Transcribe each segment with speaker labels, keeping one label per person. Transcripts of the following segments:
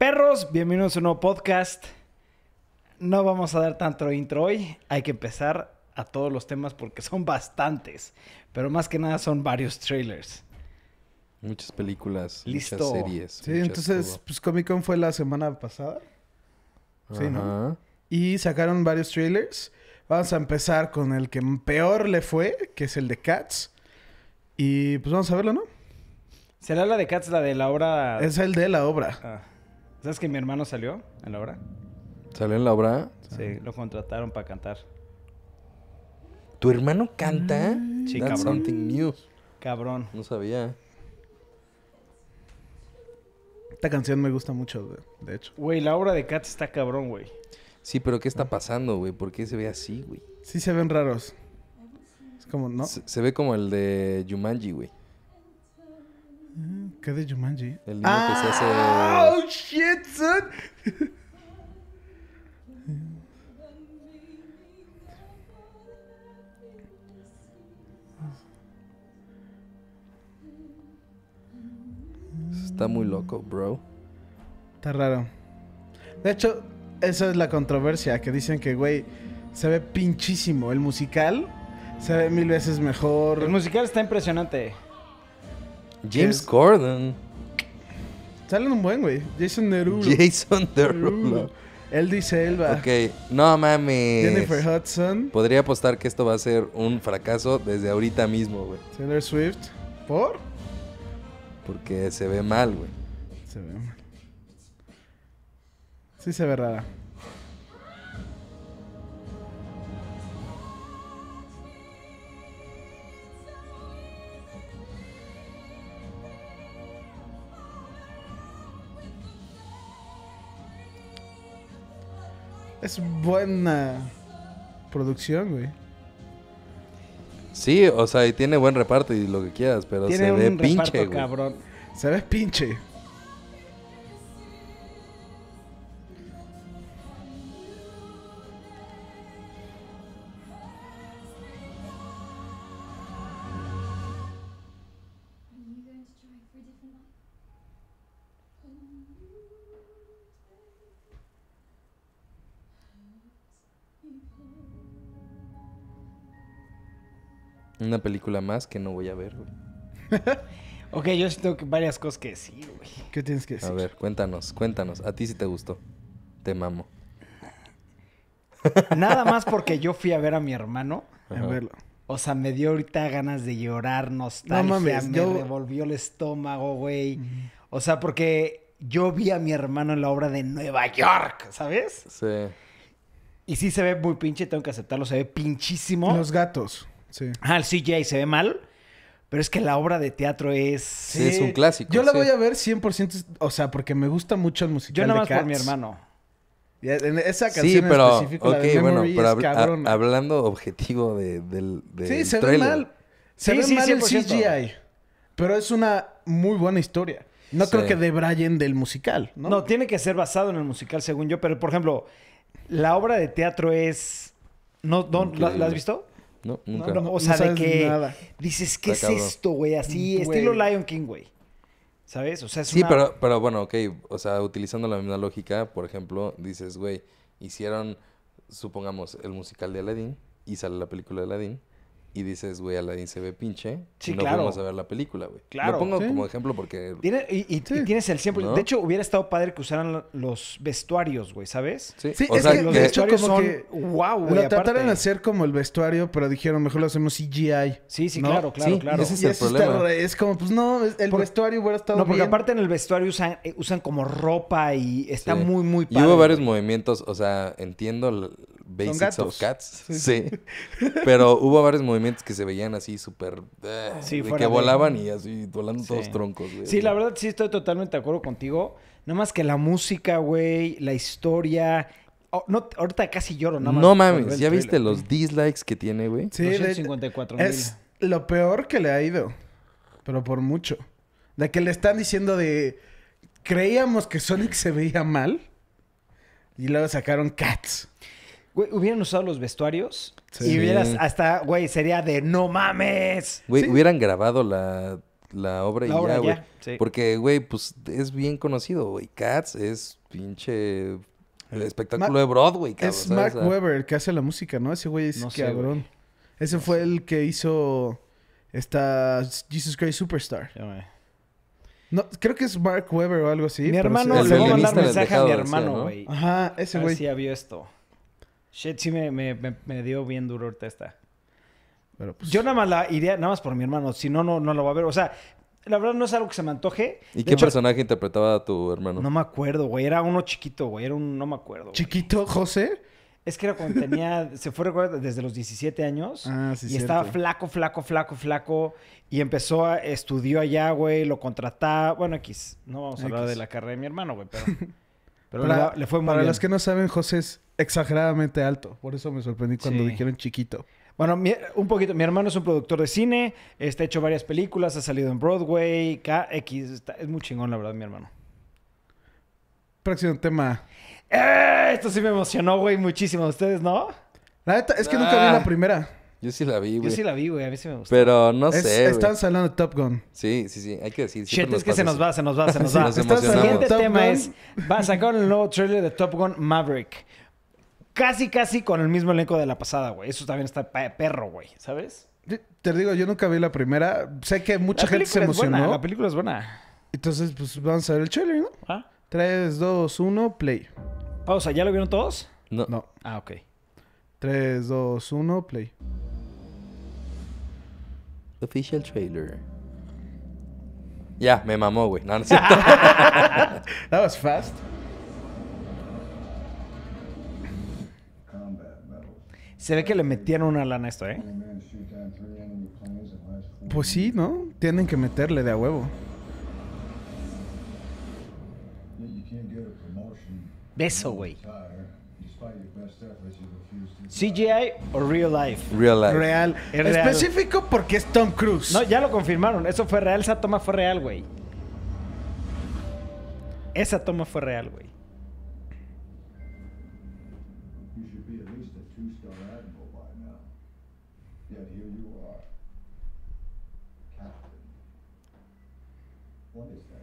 Speaker 1: Perros, bienvenidos a un nuevo podcast. No vamos a dar tanto intro hoy, hay que empezar a todos los temas porque son bastantes, pero más que nada son varios trailers.
Speaker 2: Muchas películas,
Speaker 1: Listo.
Speaker 2: muchas series.
Speaker 3: Sí, entonces, pues Comic Con fue la semana pasada sí, ¿no? y sacaron varios trailers. Vamos a empezar con el que peor le fue, que es el de Cats. Y pues vamos a verlo, ¿no?
Speaker 1: ¿Será la de Cats la de la
Speaker 2: Ah.
Speaker 1: obra?
Speaker 3: Es el de la obra.
Speaker 1: Ah, ¿Sabes que mi hermano salió en la obra?
Speaker 2: ¿Sale en la obra?
Speaker 1: Sí, lo contrataron para cantar.
Speaker 2: ¿Tu hermano canta?
Speaker 1: Ah. Sí,
Speaker 2: That's
Speaker 1: cabrón.
Speaker 2: something new.
Speaker 1: Cabrón.
Speaker 2: No sabía.
Speaker 3: Esta canción me gusta mucho, de- de hecho.
Speaker 1: Güey, la obra de Cats está cabrón, güey.
Speaker 2: Sí, pero ¿qué está pasando, güey? ¿Por qué se ve así, güey?
Speaker 3: Sí se ven raros. Es como, ¿no?
Speaker 2: Se, se ve como el de Jumanji, güey.
Speaker 3: Ah, ¿Qué de Jumanji?
Speaker 2: pues, El niño que se hace...
Speaker 3: ¡Oh, shit, son!
Speaker 2: Está muy loco, bro.
Speaker 3: Está raro. De hecho, esa es la controversia, que dicen que, güey, se ve pinchísimo. El musical se ve mil veces
Speaker 1: El
Speaker 3: mejor.
Speaker 1: musical está impresionante.
Speaker 2: James
Speaker 3: es?
Speaker 2: Corden.
Speaker 3: Salen un buen, güey. Jason Derulo.
Speaker 2: Jason Derulo.
Speaker 3: Derulo. Eldi Selva.
Speaker 2: Ok, no mames.
Speaker 3: Jennifer Hudson.
Speaker 2: Podría apostar que esto va a ser un fracaso desde ahorita mismo, güey.
Speaker 3: Taylor Swift. ¿Por?
Speaker 2: Porque se ve mal, güey.
Speaker 3: Se ve mal. Sí se ve rara. Es buena producción, güey.
Speaker 2: Sí, o sea, y tiene buen reparto y lo que quieras, pero
Speaker 1: Tiene
Speaker 2: se ve
Speaker 1: un
Speaker 2: pinche,
Speaker 1: reparto
Speaker 2: güey.
Speaker 1: cabrón.
Speaker 3: Se ve pinche.
Speaker 2: Una película más que no voy a ver, güey.
Speaker 1: Ok, yo sí tengo que- varias cosas que decir, güey.
Speaker 3: ¿Qué tienes que decir?
Speaker 2: A ver, cuéntanos, cuéntanos. A ti sí te gustó. Te mamo.
Speaker 1: Nada más porque yo fui a ver a mi hermano.
Speaker 3: En verlo.
Speaker 1: O sea, me dio ahorita ganas de llorar, nostalgia,
Speaker 3: No mames,
Speaker 1: me
Speaker 3: yo-
Speaker 1: revolvió el estómago, güey. O sea, porque yo vi a mi hermano en la obra de Nueva York, ¿sabes?
Speaker 2: Sí.
Speaker 1: Y sí se ve muy pinche, tengo que aceptarlo, se ve pinchísimo.
Speaker 3: Los gatos. Sí.
Speaker 1: Ah, el CGI se ve mal, pero es que la obra de teatro es...
Speaker 2: Sí, es un clásico,
Speaker 3: Yo la
Speaker 2: sí.
Speaker 3: voy a ver 100%, o sea, porque me gusta mucho el musical.
Speaker 1: Yo nada
Speaker 3: de
Speaker 1: más por mi
Speaker 3: Cats.
Speaker 1: hermano.
Speaker 3: Y en esa canción
Speaker 2: Sí,
Speaker 3: en
Speaker 2: pero,
Speaker 3: específico, la
Speaker 2: ok,
Speaker 3: de
Speaker 2: bueno,
Speaker 3: Memory
Speaker 2: pero
Speaker 3: es
Speaker 2: hab- a-
Speaker 3: cabrona.
Speaker 2: hablando objetivo de, del, del
Speaker 3: sí, se
Speaker 2: tráiler.
Speaker 3: ve mal. Se
Speaker 1: Sí,
Speaker 3: ve
Speaker 1: sí,
Speaker 3: mal el
Speaker 1: 100%.
Speaker 3: CGI, pero es una muy buena historia. No
Speaker 2: Sí.
Speaker 3: creo que debrayen del musical, ¿no?
Speaker 1: ¿no? tiene que ser basado en el musical, según yo, pero por ejemplo, la obra de teatro es... ¿No, no, ¿la,
Speaker 2: Increíble.
Speaker 1: la has visto?
Speaker 2: No,
Speaker 3: No,
Speaker 2: nunca.
Speaker 3: no.
Speaker 1: O sea, de
Speaker 3: sabes
Speaker 1: que
Speaker 3: nada.
Speaker 1: dices, ¿qué
Speaker 2: Está
Speaker 1: es
Speaker 2: cabrón.
Speaker 1: esto, güey? Así,
Speaker 3: Güey.
Speaker 1: estilo Lion King, güey. ¿Sabes? O sea, es
Speaker 2: Sí,
Speaker 1: una...
Speaker 2: pero, pero bueno, ok. O sea, utilizando la misma lógica, por ejemplo, dices, güey, hicieron, supongamos, el musical de Aladdin y sale la película de Aladdin. Y dices, güey, Aladdin se ve pinche.
Speaker 1: Sí,
Speaker 2: y no
Speaker 1: claro.
Speaker 2: vamos a ver la película, güey.
Speaker 1: Claro.
Speaker 2: Lo pongo
Speaker 3: Sí.
Speaker 2: como ejemplo porque.
Speaker 1: Tiene- y, y- y tienes el 100%.
Speaker 2: ¿No?
Speaker 1: De hecho, hubiera estado padre que usaran los vestuarios, güey, ¿sabes?
Speaker 2: Sí,
Speaker 3: Sí,
Speaker 2: o
Speaker 3: es
Speaker 2: sea,
Speaker 3: que
Speaker 1: Los
Speaker 3: de
Speaker 2: que-
Speaker 3: hecho
Speaker 1: vestuarios
Speaker 3: como
Speaker 1: son...
Speaker 3: que
Speaker 1: ¡Wow, güey!
Speaker 3: Lo
Speaker 1: aparte.
Speaker 3: trataron de hacer como el vestuario, pero dijeron, mejor lo hacemos CGI.
Speaker 1: Sí, sí,
Speaker 3: ¿no?
Speaker 1: claro, claro,
Speaker 2: Sí,
Speaker 1: claro.
Speaker 2: ese es
Speaker 3: Y
Speaker 2: el
Speaker 3: eso está
Speaker 2: problema.
Speaker 3: re- es como, pues no, es- el
Speaker 1: Por-
Speaker 3: vestuario hubiera estado
Speaker 1: No, porque
Speaker 3: bien.
Speaker 1: aparte en el vestuario usan, eh, usan como ropa y está
Speaker 2: Sí.
Speaker 1: muy, muy
Speaker 2: Y
Speaker 1: padre.
Speaker 2: hubo varios movimientos, o sea, entiendo el basics
Speaker 3: gatos.
Speaker 2: of cats, sí. Pero hubo varios movimientos que se veían así súper... eh,
Speaker 1: Sí,
Speaker 2: de
Speaker 1: fuera
Speaker 2: que
Speaker 1: de-
Speaker 2: volaban y así volando
Speaker 1: Sí.
Speaker 2: todos troncos, güey.
Speaker 1: Sí, la verdad sí estoy totalmente de acuerdo contigo. Nada más que la música, güey, la historia... Oh, no, ahorita casi lloro, nada más.
Speaker 2: no
Speaker 1: por ver
Speaker 2: mames,
Speaker 1: el
Speaker 2: ¿ya viste
Speaker 1: tráiler.
Speaker 2: los dislikes que tiene, güey?
Speaker 3: Sí, de-
Speaker 1: 254
Speaker 3: Es lo peor que le ha ido. Pero por mucho. De que le están diciendo de. Creíamos que Sonic se veía mal. Y luego sacaron Cats.
Speaker 1: Güey, hubieran usado los vestuarios
Speaker 3: Sí.
Speaker 1: y hubieras hasta, güey, sería de no mames.
Speaker 2: Güey, hubieran grabado la, la obra
Speaker 1: La
Speaker 2: y
Speaker 1: obra
Speaker 2: ya,
Speaker 1: ya,
Speaker 2: güey.
Speaker 1: sí.
Speaker 2: Porque, güey, pues es bien conocido, güey. Cats es pinche el
Speaker 1: Eh,
Speaker 2: espectáculo
Speaker 3: Ma-
Speaker 2: de Broadway, cabrón.
Speaker 3: es
Speaker 2: ¿sabes?
Speaker 3: Mark
Speaker 2: O sea,
Speaker 3: Webber el que hace la música, ¿no? Ese güey es
Speaker 1: No sé,
Speaker 3: cabrón.
Speaker 1: güey.
Speaker 3: Ese fue el que hizo esta Jesus Christ Superstar.
Speaker 1: Ya me-
Speaker 3: No, creo que es Mark Webber o algo así.
Speaker 1: mi
Speaker 3: pero
Speaker 1: hermano,
Speaker 2: sí.
Speaker 3: sí.
Speaker 1: le
Speaker 2: El
Speaker 1: voy a Ah, mandar
Speaker 2: violinista del
Speaker 1: mensaje a mi
Speaker 2: tejado, decía,
Speaker 1: hermano,
Speaker 2: ¿no?
Speaker 1: güey.
Speaker 3: Ajá, ese
Speaker 1: A ver
Speaker 3: Ah, güey.
Speaker 1: si ya vio esto. Shit, sí me, me- me- me dio bien duro ahorita esta.
Speaker 3: Pero, pues,
Speaker 1: Yo nada más la iría, nada más por mi hermano. Si no, no, no la voy a ver. O sea, la verdad no es algo que se me antoje.
Speaker 2: ¿Y
Speaker 1: De
Speaker 2: qué
Speaker 1: hecho,
Speaker 2: personaje interpretaba a tu hermano?
Speaker 1: No me acuerdo, güey. Era uno chiquito, güey. Era un... No me acuerdo. güey.
Speaker 3: Chiquito José.
Speaker 1: Es que era cuando tenía... se fue, recuerdo, desde los 17 años.
Speaker 3: Ah, sí,
Speaker 1: y estaba
Speaker 3: cierto.
Speaker 1: flaco, flaco, flaco, flaco. Y empezó a... Estudió allá, güey. Lo contrataba. Bueno, X. No vamos a hablar
Speaker 3: X.
Speaker 1: de la carrera de mi hermano, güey. Pero, pero le
Speaker 3: para
Speaker 1: va- le fue muy
Speaker 3: para
Speaker 1: bien.
Speaker 3: los que no saben, José es exageradamente alto. Por eso me sorprendí cuando
Speaker 1: Sí.
Speaker 3: dijeron chiquito.
Speaker 1: Bueno, mi- un poquito. Mi hermano es un productor de cine, está hecho varias películas, ha salido en Broadway, KX. está- es muy chingón, la verdad, mi hermano.
Speaker 3: Próximo tema.
Speaker 1: ¡Eh! Esto sí me emocionó, güey, muchísimo. ¿Ustedes no?
Speaker 3: La neta, es que nunca vi
Speaker 2: Ah.
Speaker 3: la primera.
Speaker 2: Yo sí la vi,
Speaker 1: Yo
Speaker 2: güey.
Speaker 1: sí la vi, güey. A mí sí me gustó.
Speaker 2: Pero no
Speaker 3: Es-
Speaker 2: sé, güey.
Speaker 3: Estabas hablando de Top Gun.
Speaker 2: Sí, sí, sí. Hay que decir.
Speaker 1: Shit,
Speaker 2: siempre
Speaker 1: es que se
Speaker 2: pasa
Speaker 1: nos
Speaker 2: eso.
Speaker 1: va, se nos va, se nos
Speaker 2: Sí,
Speaker 1: va.
Speaker 2: nos
Speaker 1: El siguiente
Speaker 2: emocionamos.
Speaker 3: Top
Speaker 1: tema
Speaker 3: Gun.
Speaker 1: es... Va a sacar el nuevo trailer de Top Gun Maverick. Casi, casi con el mismo elenco de la pasada, güey. Eso también está pa- perro, güey. ¿Sabes?
Speaker 3: Yo- Te digo, yo nunca vi la primera. Sé que mucha
Speaker 1: La
Speaker 3: gente se
Speaker 1: película es buena,
Speaker 3: emocionó.
Speaker 1: La película es buena.
Speaker 3: Entonces, pues vamos a ver el trailer, ¿no?
Speaker 1: ¿Ah?
Speaker 3: 3, 2, 1, play.
Speaker 1: Pausa, ¿ya lo vieron todos?
Speaker 2: No.
Speaker 3: No.
Speaker 1: Ah, ok.
Speaker 3: 3, 2, 1, play.
Speaker 2: Official trailer. Ya, me mamó, güey. No, no es cierto.
Speaker 3: That was fast.
Speaker 1: Se ve que le metieron una lana a esto, ¿eh?
Speaker 3: Pues sí, ¿no? Tienen que meterle de a huevo.
Speaker 1: Beso, güey. CGI o real life.
Speaker 2: Real life.
Speaker 3: Real.
Speaker 1: Es real.
Speaker 3: Específico porque es Tom Cruise.
Speaker 1: No, ya lo confirmaron. Eso fue real. Esa toma fue real, güey. Esa toma fue real, güey.
Speaker 4: You should be at least a two-star admiral by now. Yet here you are. Captain. What is that?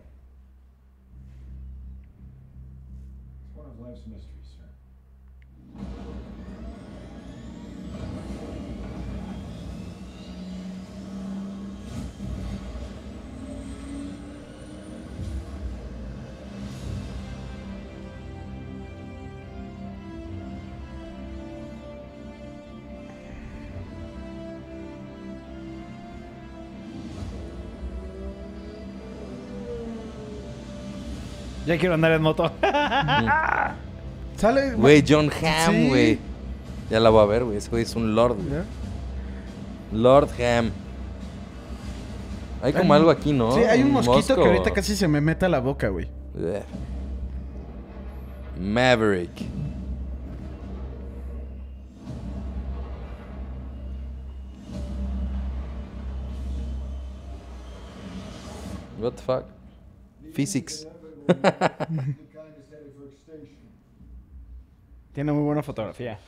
Speaker 4: It's one of life's mysteries, sir.
Speaker 1: Ya quiero andar en moto.
Speaker 3: Sale.
Speaker 2: Güey, John Ham,
Speaker 3: Sí.
Speaker 2: güey. Ya la voy a ver, güey. Ese güey es un lord, güey.
Speaker 3: ¿Ya?
Speaker 2: Lord Ham. Hay como
Speaker 3: Hay-
Speaker 2: algo aquí, ¿no?
Speaker 3: Sí, hay un mosquito
Speaker 2: mosco.
Speaker 3: que ahorita casi se me mete a la boca, güey.
Speaker 2: Ugh. Maverick. What the fuck? Physics.
Speaker 4: the kind is headed for extinction.
Speaker 1: Tiene muy buena fotografía.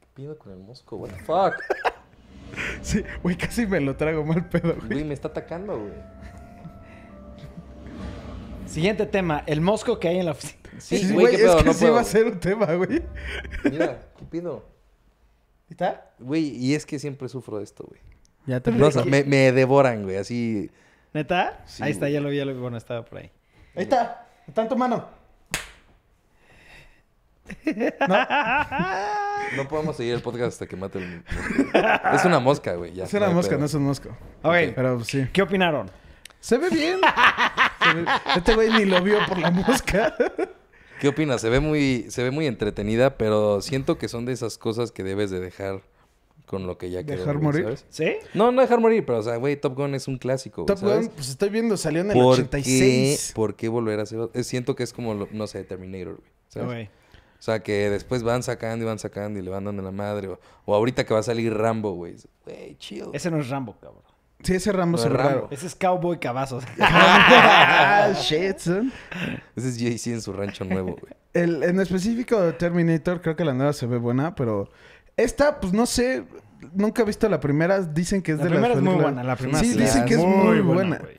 Speaker 2: ¿Qué pido con el mosco? What the fuck?
Speaker 3: Sí, güey, casi me lo trago mal pedo, güey.
Speaker 2: Güey, me está atacando, güey.
Speaker 1: Siguiente tema. El mosco que hay en la oficina.
Speaker 2: Sí,
Speaker 3: Sí,
Speaker 2: güey,
Speaker 3: güey,
Speaker 2: qué
Speaker 3: es
Speaker 2: pedo,
Speaker 3: que
Speaker 2: no
Speaker 3: sí
Speaker 2: puedo.
Speaker 3: va a
Speaker 2: güey.
Speaker 3: ser un tema, güey.
Speaker 2: Mira, ¿qué pido?
Speaker 3: ¿Está?
Speaker 2: Güey, y es que siempre sufro de esto, güey.
Speaker 3: Ya te
Speaker 2: No, o sea, me, me devoran, güey, así.
Speaker 1: ¿Neta?
Speaker 2: Sí,
Speaker 1: ahí está,
Speaker 2: güey.
Speaker 1: ya lo vi, ya lo vi. Bueno, estaba por ahí.
Speaker 3: Ahí está. Está en tu mano.
Speaker 2: No podemos seguir el podcast hasta que mate el mosco. Es una mosca, güey. ya,
Speaker 3: Es una
Speaker 2: hay
Speaker 3: mosca,
Speaker 2: pedo.
Speaker 3: no es un mosco.
Speaker 1: Ok.
Speaker 3: Pero pues, sí.
Speaker 1: ¿Qué opinaron?
Speaker 3: Se ve bien. Se ve- Este güey ni lo vio por la mosca.
Speaker 2: ¿Qué opinas? Se ve muy, se ve muy entretenida, pero siento que son de esas cosas que debes de dejar con lo que ya quedó.
Speaker 3: ¿Dejar
Speaker 2: güey,
Speaker 3: morir?
Speaker 2: ¿sabes?
Speaker 1: ¿Sí?
Speaker 2: No, no dejar morir, pero o sea, güey, Top Gun es un clásico, güey,
Speaker 3: Top Gun,
Speaker 2: ¿sabes?
Speaker 3: pues estoy viendo, salió en el
Speaker 2: ¿Por
Speaker 3: 86.
Speaker 2: Qué, ¿Por qué volver a hacer? eh, Siento que es como, lo- no sé, Terminator, güey. ¿sabes?
Speaker 1: Ok.
Speaker 2: O sea, que después van sacando y van sacando y le van dando la madre. O, o ahorita que va a salir Rambo, güey. Güey, chill.
Speaker 1: Ese no es Rambo, cabrón.
Speaker 3: Sí, ese Rambo
Speaker 2: No,
Speaker 3: se ve
Speaker 2: Rambo.
Speaker 3: raro.
Speaker 1: Ese es Cowboy Cavazos.
Speaker 3: ah, shit, son.
Speaker 2: Ese es Jay-Z en su rancho nuevo, güey.
Speaker 3: El, en específico de Terminator, creo que la nueva se ve buena, pero esta, pues no sé. nunca he visto la primera. Dicen que es
Speaker 1: La
Speaker 3: de
Speaker 1: primera
Speaker 3: las
Speaker 1: es muy
Speaker 3: películas-
Speaker 1: buena, la primera
Speaker 3: sí,
Speaker 2: sí
Speaker 3: dicen
Speaker 2: es
Speaker 3: que es muy, buena.
Speaker 1: güey.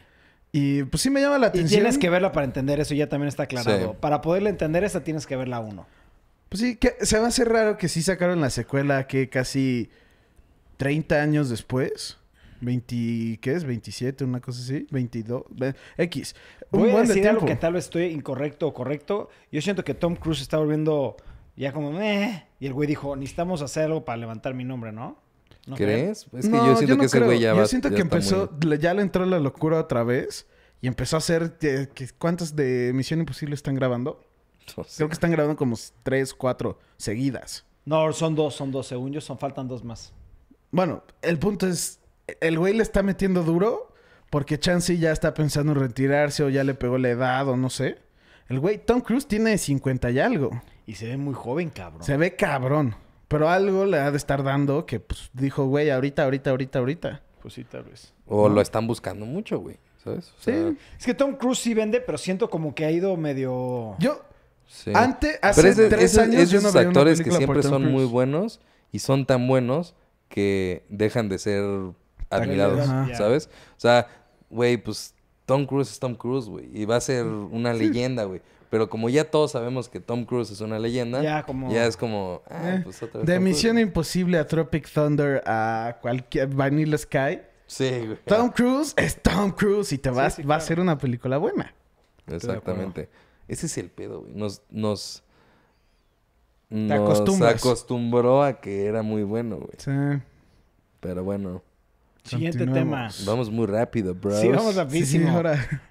Speaker 3: y pues sí me llama la
Speaker 1: Y
Speaker 3: atención.
Speaker 1: tienes que verla para entender eso, ya también está aclarado.
Speaker 2: Sí.
Speaker 1: Para poderla entender esa tienes que verla uno.
Speaker 3: Pues sí, que se va a hacer raro que sí sacaron la secuela que casi 30 años después. 20, ¿qué es? 27, una cosa así. 22, ve- X. Un
Speaker 1: Voy a
Speaker 3: buen de
Speaker 1: decir algo
Speaker 3: tiempo.
Speaker 1: que tal vez estoy incorrecto o correcto. Yo siento que Tom Cruise está volviendo ya como meh. Y el güey dijo, necesitamos hacer algo para levantar mi nombre, ¿no? ¿No creen?
Speaker 2: ¿Crees? Es que
Speaker 3: No,
Speaker 2: yo siento
Speaker 3: no
Speaker 2: que ese
Speaker 3: creo.
Speaker 2: güey ya
Speaker 3: Yo
Speaker 2: va.
Speaker 3: siento
Speaker 2: ya
Speaker 3: que
Speaker 2: está
Speaker 3: empezó,
Speaker 2: muy-
Speaker 3: le- ya le entró la locura otra vez. Y empezó a hacer... eh, que- ¿Cuántas de Misión Imposible están grabando?
Speaker 2: no sé.
Speaker 3: Creo que están grabando como 3, 4 seguidas.
Speaker 1: No, son dos, son dos, según yo, son faltan dos más.
Speaker 3: Bueno, el punto es... El güey le está metiendo duro porque Chansey ya está pensando en retirarse o ya le pegó la edad o no sé. El güey Tom Cruise tiene 50 y algo.
Speaker 1: Y se ve muy joven, cabrón.
Speaker 3: Se ve cabrón. Pero algo le ha de estar dando que pues, dijo, güey, ahorita, ahorita, ahorita, ahorita.
Speaker 1: Pues sí, tal vez.
Speaker 2: O lo están buscando mucho, güey. ¿Sabes? O sea,
Speaker 3: Sí.
Speaker 1: Es que Tom Cruise sí vende, pero siento como que ha ido medio...
Speaker 3: Yo,
Speaker 2: sí.
Speaker 3: Antes, hace
Speaker 2: ese-
Speaker 3: tres
Speaker 2: ese-
Speaker 3: años, yo no
Speaker 2: esos
Speaker 3: veía una
Speaker 2: actores que
Speaker 3: película por
Speaker 2: siempre
Speaker 3: Tom
Speaker 2: son muy
Speaker 3: Cruise.
Speaker 2: buenos y son tan buenos que dejan de ser admirados,
Speaker 3: Ajá.
Speaker 1: Ya.
Speaker 2: ¿sabes? O sea, güey, pues Tom Cruise es Tom Cruise, güey. Y va a ser una leyenda, güey. Pero como ya todos sabemos que Tom Cruise es una leyenda,
Speaker 1: Ya, como-
Speaker 2: ya es como... Ah,
Speaker 3: Eh,
Speaker 2: pues otra vez
Speaker 3: de
Speaker 2: Tom Cruise,
Speaker 3: Misión
Speaker 2: güey.
Speaker 3: Imposible a Tropic Thunder a cualquier Vanilla Sky.
Speaker 2: Sí, güey.
Speaker 3: Tom Cruise es Tom Cruise y te vas,
Speaker 1: sí,
Speaker 3: va a
Speaker 1: claro.
Speaker 3: ser una película buena.
Speaker 2: Exactamente. Ese es el pedo, güey. Nos, nos, nos
Speaker 3: acostumbras.
Speaker 2: acostumbró a que era muy bueno, güey.
Speaker 3: Sí.
Speaker 2: Pero bueno,
Speaker 1: Siguiente tema.
Speaker 3: Continuemos.
Speaker 2: vamos muy rápido, bro.
Speaker 1: Sí, vamos
Speaker 3: Sí, sí,
Speaker 1: rapidísimo.
Speaker 3: ahora.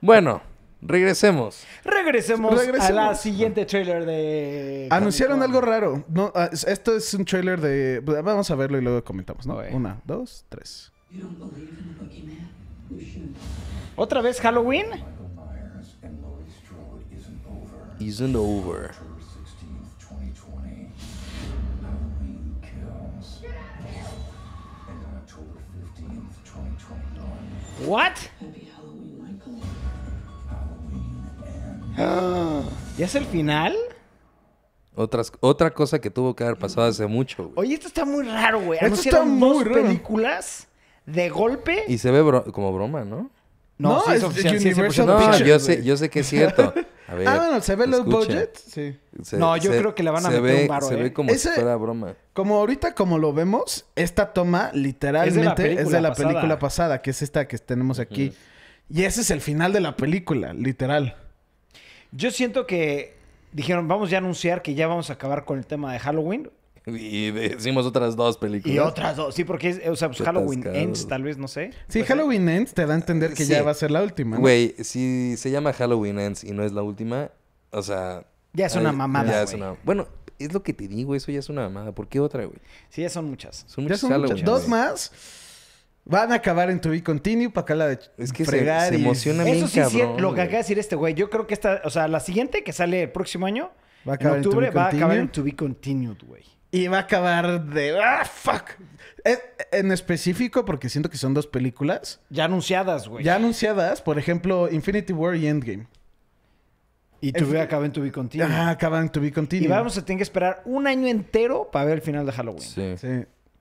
Speaker 2: Bueno, regresemos.
Speaker 1: Regresemos, a la
Speaker 3: Regresemos.
Speaker 1: siguiente trailer de...
Speaker 3: Anunciaron algo raro. No, ah, es- esto es un trailer de. pues, Vamos a verlo y luego comentamos, ¿no?
Speaker 1: Ok.
Speaker 3: Una, dos, tres.
Speaker 5: You don't believe in the boogeyman? You should.
Speaker 1: ¿Otra vez Halloween?
Speaker 4: Michael Myers and Laurie Strode isn't over.
Speaker 2: Isn't over.
Speaker 4: October 16th, 2020. Halloween kills. And on October 15th, 2021.
Speaker 1: ¿What?
Speaker 5: Happy Halloween, Michael.
Speaker 1: ¿Ya es el final?
Speaker 2: Otras, otra cosa que tuvo que haber pasado hace mucho, güey.
Speaker 1: Oye, esto está muy raro, güey.
Speaker 3: Esto está
Speaker 1: Anunciaron dos
Speaker 3: muy raro.
Speaker 1: películas de golpe.
Speaker 2: Y se ve bro- como broma, ¿no?
Speaker 3: No, es
Speaker 1: es
Speaker 3: Universal
Speaker 2: No,
Speaker 1: 100%.
Speaker 3: Pictures,
Speaker 2: yo sé,
Speaker 3: güey.
Speaker 2: yo sé que es cierto. A ver,
Speaker 3: Ah, bueno, ¿se ve low
Speaker 2: escucha.
Speaker 3: budget? Sí.
Speaker 2: Se-
Speaker 1: No, yo
Speaker 2: se-
Speaker 1: creo que le van a
Speaker 2: se
Speaker 1: meter un
Speaker 2: ve-
Speaker 1: varo,
Speaker 2: Se
Speaker 1: ¿eh?
Speaker 2: ve como
Speaker 3: Ese-
Speaker 2: si fuera broma.
Speaker 3: Como ahorita, como lo vemos, esta toma literalmente es de
Speaker 1: película
Speaker 3: la película,
Speaker 1: pasada.
Speaker 3: pasada, que es esta que tenemos aquí. Y ese es el final de la película, literal.
Speaker 1: Yo siento que dijeron, vamos ya a anunciar que ya vamos a acabar con el tema de Halloween.
Speaker 2: Y decimos otras dos películas.
Speaker 1: Y otras dos. Sí, porque, es, o sea, pues
Speaker 2: Qué
Speaker 1: Halloween
Speaker 2: atascado.
Speaker 1: Ends, tal vez, no sé.
Speaker 3: Sí, Halloween Ends te da a entender que
Speaker 2: Sí.
Speaker 3: ya va a ser la última. ¿no?
Speaker 2: Güey, si se llama Halloween Ends y no es la última, o sea...
Speaker 1: Ya es una
Speaker 2: ay,
Speaker 1: mamada,
Speaker 2: ya es
Speaker 1: güey.
Speaker 2: una- Bueno, es lo que te digo, eso ya es una mamada. ¿Por qué otra, güey?
Speaker 1: Sí, ya son muchas.
Speaker 2: Son
Speaker 3: ya
Speaker 2: muchas
Speaker 3: son
Speaker 2: Halloween.
Speaker 3: muchas. Dos
Speaker 2: güey.
Speaker 3: más van a acabar en To Be Continue para acá la de
Speaker 2: Es que se-
Speaker 3: fregar
Speaker 2: se
Speaker 3: y-
Speaker 2: emociona. También
Speaker 1: Eso sí, es
Speaker 2: cabrón,
Speaker 1: lo que
Speaker 2: güey.
Speaker 1: acaba de decir este güey. Yo creo que esta, o sea, la siguiente que sale el próximo año,
Speaker 3: Va a
Speaker 1: en
Speaker 3: acabar en To Be
Speaker 1: octubre, va a acabar en
Speaker 3: Continued.
Speaker 1: To Be Continued, güey.
Speaker 3: Y va a acabar de... ¡Ah, fuck! En- En específico, porque siento que son dos películas
Speaker 1: Ya anunciadas, güey.
Speaker 3: ya anunciadas. Por ejemplo, Infinity War y Endgame.
Speaker 1: Y To Be acaba en To Be Continued.
Speaker 3: Ah, acaban en To Be Continued.
Speaker 1: Y vamos a tener que esperar un año entero para ver el final de Halloween.
Speaker 2: Sí.
Speaker 3: Sí.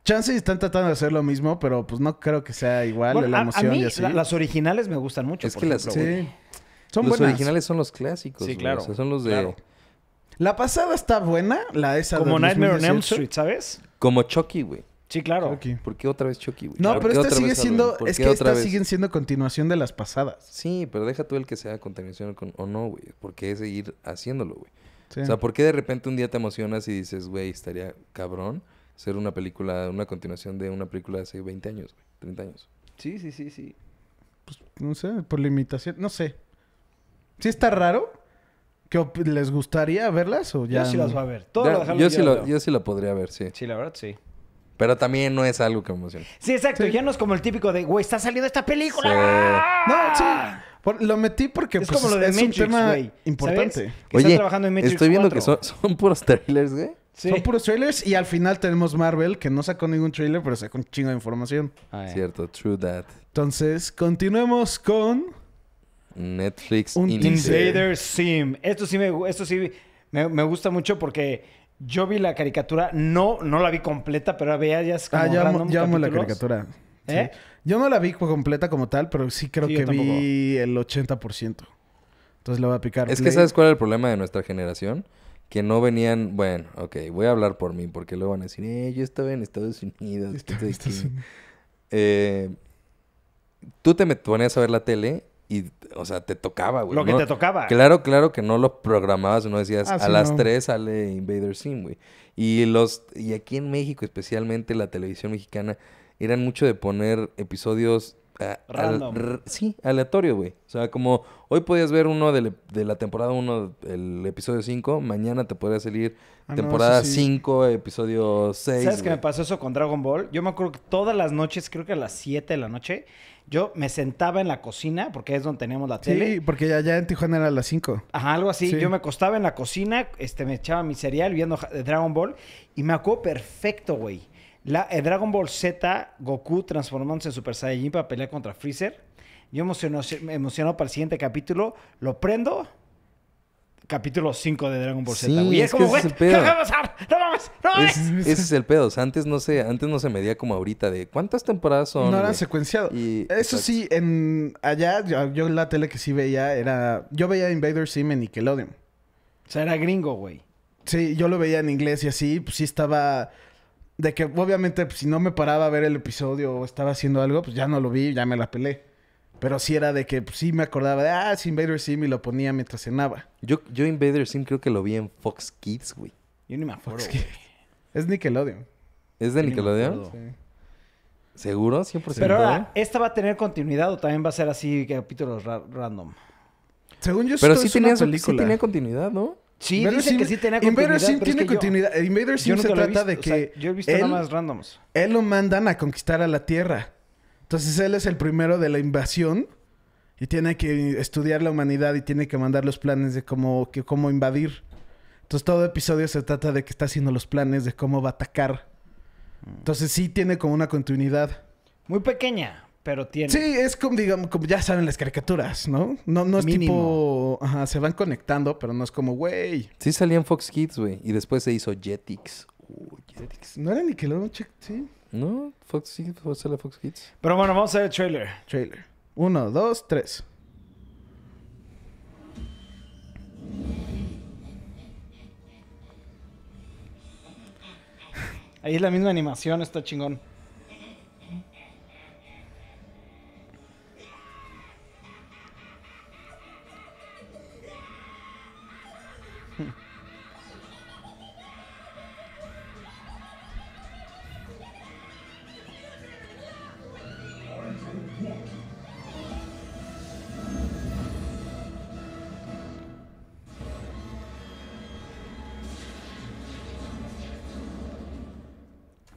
Speaker 3: Chance están tratando de hacer lo mismo, pero pues no creo que sea igual
Speaker 1: Bueno,
Speaker 3: la
Speaker 1: a- a,
Speaker 3: emoción
Speaker 1: mí
Speaker 3: y así.
Speaker 1: la- las originales me gustan mucho.
Speaker 2: Es
Speaker 1: por
Speaker 2: que las-
Speaker 1: ejemplo, güey.
Speaker 3: Sí. Son
Speaker 2: los
Speaker 3: buenas.
Speaker 2: originales son los clásicos.
Speaker 1: Sí,
Speaker 2: güey.
Speaker 1: claro,
Speaker 2: O sea, son los de.
Speaker 1: claro.
Speaker 3: La pasada está buena, la esa
Speaker 1: Como
Speaker 3: del
Speaker 1: Nightmare on Elm
Speaker 3: 2018.
Speaker 1: Street, ¿sabes?
Speaker 2: Como Chucky, güey.
Speaker 1: Sí, claro.
Speaker 3: Chucky.
Speaker 2: ¿Por qué otra vez Chucky, güey?
Speaker 3: No,
Speaker 2: ¿Por
Speaker 3: pero
Speaker 2: qué
Speaker 3: esta
Speaker 2: otra
Speaker 3: sigue
Speaker 2: vez
Speaker 3: siendo,
Speaker 2: Halloween? ¿Por
Speaker 3: es
Speaker 2: qué
Speaker 3: que
Speaker 2: otra
Speaker 3: estas
Speaker 2: vez?
Speaker 3: siguen siendo continuación de las pasadas.
Speaker 2: Sí, pero deja tú el que sea contaminación con... o no, güey. ¿Por qué seguir haciéndolo, güey?
Speaker 3: Sí.
Speaker 2: O sea, ¿por qué de repente un día te emocionas y dices, güey, estaría cabrón hacer una película, una continuación de una película de hace 20 años, güey, 30 años?
Speaker 1: Sí, sí, sí, sí.
Speaker 3: No sé, por limitación, no sé. Sí está raro. ¿Que op- les gustaría verlas o ya?
Speaker 1: yo sí
Speaker 3: no?
Speaker 1: las voy a ver. Todo
Speaker 2: Ya,
Speaker 1: lo de Halloween
Speaker 2: yo, sí
Speaker 1: las
Speaker 2: lo,
Speaker 1: veo.
Speaker 2: yo sí lo podría ver, sí.
Speaker 1: Sí, la verdad, sí.
Speaker 2: Pero también no es algo que me emocione.
Speaker 1: Sí, exacto.
Speaker 3: Sí.
Speaker 1: Ya no es como el típico de, güey, está saliendo esta película.
Speaker 2: Sí.
Speaker 3: No, sí. Por- lo metí porque
Speaker 1: ¡Ah! Es
Speaker 3: pues,
Speaker 1: como lo de
Speaker 3: es
Speaker 1: Matrix,
Speaker 3: un tema
Speaker 1: güey.
Speaker 3: importante.
Speaker 1: ¿Sabes? Que están
Speaker 2: Oye,
Speaker 1: trabajando en Matrix
Speaker 2: estoy viendo
Speaker 1: 4.
Speaker 2: que son, son puros trailers, güey.
Speaker 1: Sí.
Speaker 3: Son puros trailers y al final tenemos Marvel, que no sacó ningún trailer, pero sacó un chingo de información.
Speaker 1: Ah,
Speaker 2: Cierto, true that.
Speaker 3: Entonces, continuemos con...
Speaker 2: Netflix
Speaker 3: Un
Speaker 2: Invader.
Speaker 1: Invader Sim. Esto sí me, esto sí me, me gusta mucho porque Yo vi la caricatura, no, no la vi completa, pero había ya es como
Speaker 3: Ah, ya amo,
Speaker 1: random
Speaker 3: ya amo la
Speaker 1: capítulos.
Speaker 3: caricatura. Sí.
Speaker 1: ¿Eh?
Speaker 3: Yo no la vi completa como tal, pero sí creo
Speaker 1: Sí, yo
Speaker 3: que vi el 80%. Entonces le voy a picar.
Speaker 2: Es que
Speaker 3: play.
Speaker 2: ¿sabes cuál era el problema de nuestra generación? Que no venían, bueno, ok, voy a hablar por mí, porque luego van a decir, eh, yo estaba en Estados Unidos.
Speaker 3: Estaba
Speaker 2: quién sabe
Speaker 3: en Estados
Speaker 2: qué". Eh, tú te met- ponías a ver la tele y, o sea, te tocaba, güey.
Speaker 1: Lo que
Speaker 2: ¿no?
Speaker 1: te tocaba.
Speaker 2: Claro, claro que no lo programabas, no decías,
Speaker 3: Ah,
Speaker 2: a
Speaker 3: sí,
Speaker 2: las
Speaker 3: no.
Speaker 2: 3 sale Invader Sim, güey. Y los, y aquí en México especialmente, la televisión mexicana, eran mucho de poner episodios... ah, al-
Speaker 1: Random.
Speaker 2: r- sí, aleatorio, güey. O sea, como hoy podías ver uno del ep- de la temporada 1, el episodio 5, mañana te podría salir
Speaker 3: Ah, no,
Speaker 2: temporada
Speaker 3: eso sí.
Speaker 2: 5, episodio 6.
Speaker 1: ¿Sabes qué me pasó eso con Dragon Ball? Yo me acuerdo que todas las noches, creo que a las 7 de la noche, yo me sentaba en la cocina, porque es donde teníamos la tele.
Speaker 3: Sí, porque allá en Tijuana era a las 5.
Speaker 1: Ajá, algo así.
Speaker 3: Sí.
Speaker 1: Yo me acostaba en la cocina, este, me echaba mi cereal viendo ja- Dragon Ball y me acuerdo perfecto, güey. La, eh, Dragon Ball Z, Goku transformándose en Super Saiyajin para pelear contra Freezer. Yo emociono, me emociono para el siguiente capítulo. Lo prendo. Capítulo 5 de Dragon Ball Z.
Speaker 2: Sí,
Speaker 1: güey. Y es,
Speaker 2: es que
Speaker 1: como,
Speaker 2: ese
Speaker 1: güey,
Speaker 2: es el
Speaker 1: ¿qué
Speaker 2: pedo.
Speaker 1: va a pasar? ¡No mames! ¡No mames!
Speaker 2: Es- ese es el pedo. O sea, antes no se, antes no se medía como ahorita de cuántas temporadas son.
Speaker 3: No era
Speaker 2: güey?
Speaker 3: secuenciado.
Speaker 2: Y-
Speaker 3: Eso
Speaker 2: exacto.
Speaker 3: sí, en allá yo, yo la tele que sí veía era... Yo veía Invader Sim en Nickelodeon.
Speaker 1: O sea, era gringo, güey.
Speaker 3: Sí, yo lo veía en inglés y así, pues sí estaba... De que obviamente pues, si no me paraba a ver el episodio o estaba haciendo algo, pues ya no lo vi, ya me la pelé. Pero sí era de que pues, sí me acordaba de, ah, es Invader Sim y lo ponía mientras cenaba.
Speaker 2: Yo, yo Invader Sim creo que lo vi en Fox Kids, güey.
Speaker 1: Yo ni me acuerdo.
Speaker 3: Fox
Speaker 1: güey.
Speaker 3: Es Nickelodeon.
Speaker 2: ¿Es de
Speaker 1: Yo ni me
Speaker 2: Nickelodeon?
Speaker 1: acuerdo.
Speaker 3: Sí.
Speaker 2: ¿Seguro? 100%.
Speaker 3: pues,
Speaker 1: Pero
Speaker 3: ah,
Speaker 1: ahora, ¿esta va a tener continuidad o también va a ser así capítulos ra- random?
Speaker 3: Según yo,
Speaker 2: Pero
Speaker 3: esto
Speaker 2: sí
Speaker 3: es una
Speaker 2: tenía, su- sí
Speaker 3: película.
Speaker 2: tenía continuidad, ¿no?
Speaker 1: Sí,
Speaker 3: Invader
Speaker 1: dicen
Speaker 3: Sim-
Speaker 1: que sí tenía
Speaker 3: Invader
Speaker 1: continuidad.
Speaker 3: Sim
Speaker 1: pero es
Speaker 3: tiene
Speaker 1: que yo-
Speaker 3: continuidad. El Invader Sim
Speaker 1: Yo
Speaker 3: se
Speaker 1: nunca lo he
Speaker 3: trata de
Speaker 1: visto,
Speaker 3: que
Speaker 1: o sea, yo he visto
Speaker 3: él,
Speaker 1: nada más randoms.
Speaker 3: él lo mandan a conquistar a la Tierra. Entonces él es el primero de la invasión y tiene que estudiar la humanidad y tiene que mandar los planes de cómo, que, cómo invadir. Entonces todo episodio se trata de que está haciendo los planes de cómo va a atacar. Entonces sí tiene como una continuidad.
Speaker 1: Muy pequeña, pero tiene.
Speaker 3: Sí, es como, digamos, como ya saben las caricaturas, ¿no? No, no es
Speaker 1: Mínimo.
Speaker 3: tipo... Ajá, se van conectando, pero no es como, güey.
Speaker 2: Sí salía en Fox Kids, güey. Y después se hizo Jetix. Uh, Jetix.
Speaker 3: No era Nickelodeon, che- sí.
Speaker 2: ¿No? Fox sí, fue- sale Fox Kids.
Speaker 1: Pero bueno, vamos a ver el trailer.
Speaker 3: Trailer. Uno, dos, tres.
Speaker 1: Ahí es la misma animación, está chingón.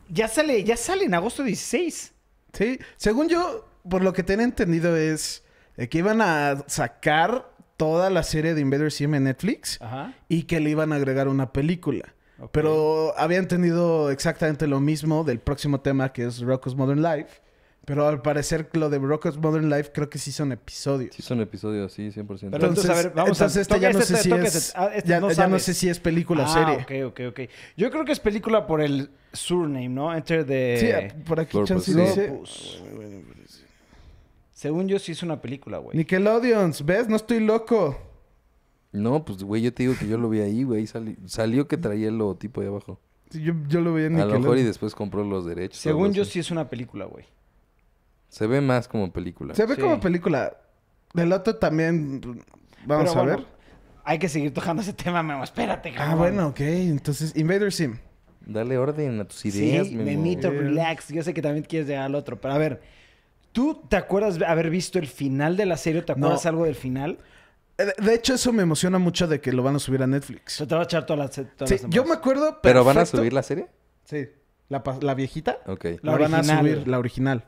Speaker 1: Ya sale, ya sale en agosto 16.
Speaker 3: Sí, según yo, por lo que tenía entendido es eh, que iban a sacar toda la serie de Invader Sim en Netflix
Speaker 1: Ajá.
Speaker 3: y que le iban a agregar una película.
Speaker 1: Ok.
Speaker 3: Pero había entendido exactamente lo mismo del próximo tema que es Rocco's Modern Life. Pero al parecer lo de Rocco's Modern Life creo que sí son episodios.
Speaker 2: Sí son episodios, sí, 100%.
Speaker 1: Pero entonces, a ver, vamos a-
Speaker 3: entonces este
Speaker 1: toca
Speaker 3: ya no
Speaker 1: este,
Speaker 3: sé si
Speaker 1: toca
Speaker 3: es...
Speaker 1: este. Ah, este
Speaker 3: ya,
Speaker 1: no
Speaker 3: ya no
Speaker 1: sabes.
Speaker 3: sé si es película o
Speaker 1: Ah,
Speaker 3: serie.
Speaker 1: ok, ok, ok. Yo creo que es película por el surname, ¿no? Enter the...
Speaker 3: Sí, ah, por aquí
Speaker 2: Lord,
Speaker 3: chance
Speaker 2: pues,
Speaker 3: dice...
Speaker 1: Lopus. Según yo sí es una película, güey.
Speaker 3: Nickelodeons, ¿ves? No estoy loco.
Speaker 2: No, pues, güey, yo te digo que yo lo vi ahí, güey. Sali- Salió que traía el logotipo ahí abajo.
Speaker 3: Sí, Yo, yo lo veía en
Speaker 2: A lo
Speaker 3: Nickelodeon.
Speaker 2: mejor y después compró los derechos. o
Speaker 1: Según
Speaker 2: algo
Speaker 1: yo
Speaker 2: así.
Speaker 1: sí es una película, güey.
Speaker 2: Se ve más como película.
Speaker 3: Se ve
Speaker 1: Sí.
Speaker 3: como película. Del otro también. Vamos
Speaker 1: Pero bueno,
Speaker 3: a ver.
Speaker 1: Hay que seguir tocando ese tema, Memo. Espérate, cabrón.
Speaker 3: Ah, bueno, ok. Entonces, Invader Sim.
Speaker 2: Dale orden a tus ideas,
Speaker 1: Sí,
Speaker 2: Memo.
Speaker 1: Memito,
Speaker 3: Eh.
Speaker 1: relax. Yo sé que también quieres llegar al otro, pero a ver, ¿tú te acuerdas de haber visto el final de la serie? o ¿Te
Speaker 3: No.
Speaker 1: acuerdas algo del final?
Speaker 3: Eh, De de hecho, eso me emociona mucho de que lo van a subir a
Speaker 1: Se
Speaker 3: Netflix.
Speaker 1: te va a echar todas las. Todas
Speaker 3: Sí,
Speaker 1: las
Speaker 3: yo
Speaker 1: temporadas.
Speaker 3: me acuerdo.
Speaker 2: ¿Pero van a
Speaker 3: perfecto-
Speaker 2: subir la serie?
Speaker 3: Sí. La, pa- la viejita.
Speaker 2: Ok.
Speaker 1: La
Speaker 3: La, van a
Speaker 1: original.
Speaker 3: subir, la original.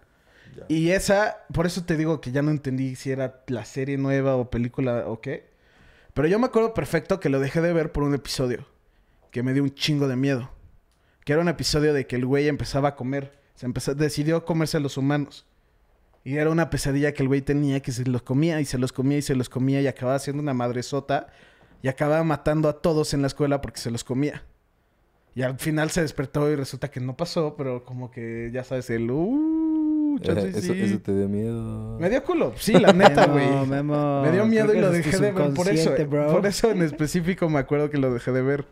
Speaker 3: Y esa, por eso te digo que ya no entendí si era la serie nueva o película o qué. Pero yo me acuerdo perfecto que lo dejé de ver por un episodio que me dio un chingo de miedo. Que era un episodio de que el güey empezaba a comer. Se empezó, decidió comerse a los humanos. Y era una pesadilla que el güey tenía que se los comía y se los comía y se los comía y acababa siendo una madresota. Y acababa matando a todos en la escuela porque se los comía. Y al final se despertó y resulta que no pasó, pero como que ya sabes, el. Uh, chance
Speaker 2: Eh,
Speaker 3: y
Speaker 2: eso,
Speaker 3: sí".
Speaker 2: eso te dio miedo.
Speaker 3: Me dio culo, sí, la neta, güey.
Speaker 1: Memo, Memo,
Speaker 3: Me dio miedo
Speaker 1: creo
Speaker 3: y
Speaker 1: que es
Speaker 3: lo
Speaker 1: tu
Speaker 3: dejé de ver por eso. eh,
Speaker 1: subconsciente, bro.
Speaker 3: Por eso en específico me acuerdo que lo dejé de ver.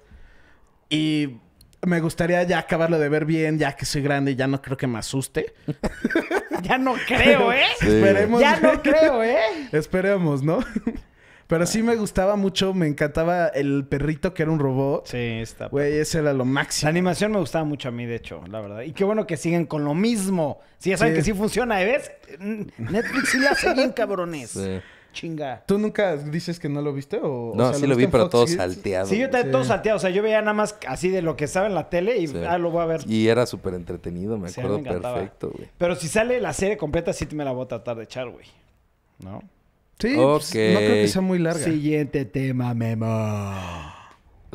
Speaker 3: Y me gustaría ya acabarlo de ver bien, ya que soy grande y ya no creo que me asuste.
Speaker 1: Ya no creo, ¿eh?
Speaker 2: Sí, güey.
Speaker 3: Esperemos.
Speaker 1: Ya no creo, ¿eh?
Speaker 3: Esperemos, ¿no? Pero sí me gustaba mucho, me encantaba el perrito que era un robot.
Speaker 1: Sí, está.
Speaker 3: Güey, ese era lo
Speaker 1: La
Speaker 3: máximo.
Speaker 1: animación me gustaba mucho a mí, de hecho, la verdad. Y qué bueno que siguen con lo mismo. Si ya saben
Speaker 3: Sí.
Speaker 1: que sí funciona, ¿eh? ¿ves? Mm, Netflix sí la hace bien, cabrones.
Speaker 2: Sí.
Speaker 1: Chinga.
Speaker 3: ¿Tú nunca dices que no lo viste? O,
Speaker 2: No,
Speaker 3: o sea,
Speaker 2: sí lo vi,
Speaker 3: viste en
Speaker 2: pero
Speaker 3: Fox
Speaker 2: todo
Speaker 3: Kids?
Speaker 2: salteado.
Speaker 1: Sí, yo
Speaker 2: güey.
Speaker 1: estaba todo salteado. O sea, yo veía nada más así de lo que estaba en la tele y
Speaker 2: Sí.
Speaker 1: ah, lo voy a ver.
Speaker 2: Y era súper entretenido, me
Speaker 1: Sí, a mí me
Speaker 2: acuerdo
Speaker 1: encantaba.
Speaker 2: perfecto, güey.
Speaker 1: Pero si sale la serie completa, sí te me la voy a tratar de echar, güey. ¿No?
Speaker 3: Sí, pues,
Speaker 2: Ok.
Speaker 3: no creo que sea muy larga.
Speaker 1: Siguiente tema, Memo.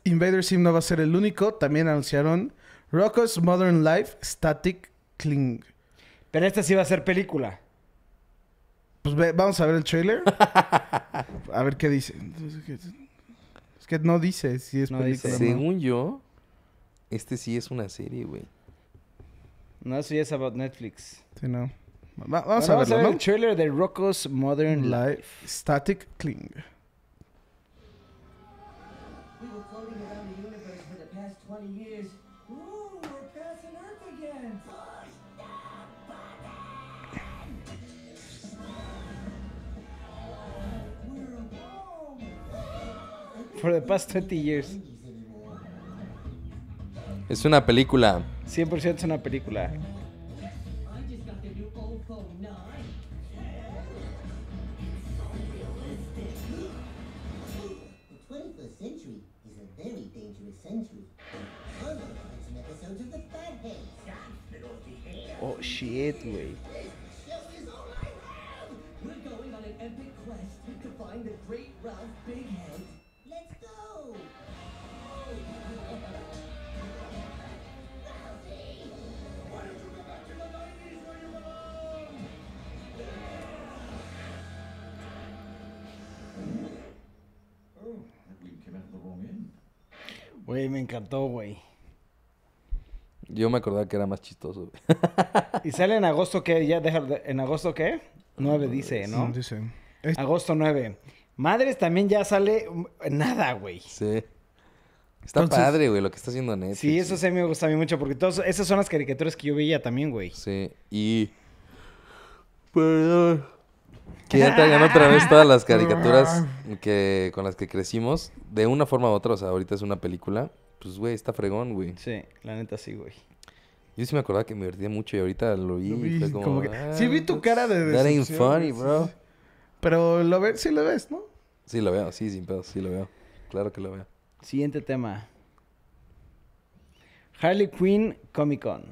Speaker 3: Invader Sim no va a ser el único. También anunciaron Rocco's Modern Life Static Cling.
Speaker 1: Pero esta sí va a ser película.
Speaker 3: Pues ve- vamos a ver el trailer. a ver qué dice. Es que no dice si es
Speaker 1: No
Speaker 3: película
Speaker 1: dice.
Speaker 3: o no.
Speaker 2: Según yo, este sí es una serie, güey.
Speaker 1: No, eso ya es about Netflix.
Speaker 3: Sí, no. Va- vamos
Speaker 1: Bueno,
Speaker 3: a verlo, Mm.
Speaker 1: el trailer de Rocco's Modern
Speaker 3: ¿no?
Speaker 1: Life.
Speaker 3: Life Static Cling.
Speaker 5: We were floating around the universe for the past 20 years. Ooh, we're passing Earth again.
Speaker 1: For the past 20 years.
Speaker 2: Es una película.
Speaker 1: 100% es una película.
Speaker 5: I just got the new old phone 9.
Speaker 6: The 21st century is a very dangerous century. Unlike some episodes of the Fat Heads.
Speaker 1: Oh, shit, güey.
Speaker 5: We're going on an epic quest to find the great Ralph Big Head.
Speaker 6: Let's go!
Speaker 4: That weed came out of the wrong end.
Speaker 1: Güey, me encantó, güey.
Speaker 2: Yo me acordaba que era más chistoso, güey.
Speaker 1: ¿Y sale en agosto qué? Ya déjalo. ¿En agosto qué? 9 dice, ¿no?
Speaker 3: No dice. Ahí está.
Speaker 1: Agosto 9. Madres también ya sale mm, nada, güey.
Speaker 2: Sí. Está
Speaker 3: Entonces-
Speaker 2: padre, güey, lo que está haciendo Netflix.
Speaker 1: Sí, eso
Speaker 2: güey.
Speaker 1: sí me gusta a mí mucho porque todas esas son las caricaturas que yo veía también, güey.
Speaker 2: Sí, y... Perdón. Que ya traigan otra vez todas las caricaturas que, con las que crecimos. De una forma u otra, o sea, ahorita es una película. Pues, güey, está fregón, güey.
Speaker 1: Sí, la neta sí, güey.
Speaker 2: Yo sí me acordaba que me divertía mucho y ahorita lo vi.
Speaker 3: Lo
Speaker 2: y
Speaker 3: vi,
Speaker 2: fue
Speaker 3: como
Speaker 2: como,
Speaker 3: que-
Speaker 2: "Ah,
Speaker 3: sí vi tu cara de
Speaker 2: That ain't
Speaker 3: decepción,
Speaker 2: funny,
Speaker 3: güey".
Speaker 2: bro.
Speaker 3: Pero lo ves, sí lo ves, ¿no?
Speaker 2: Sí, lo veo, sí, sin pedo, sí lo veo. Claro que lo veo.
Speaker 1: Siguiente tema. Harley Quinn Comic Con.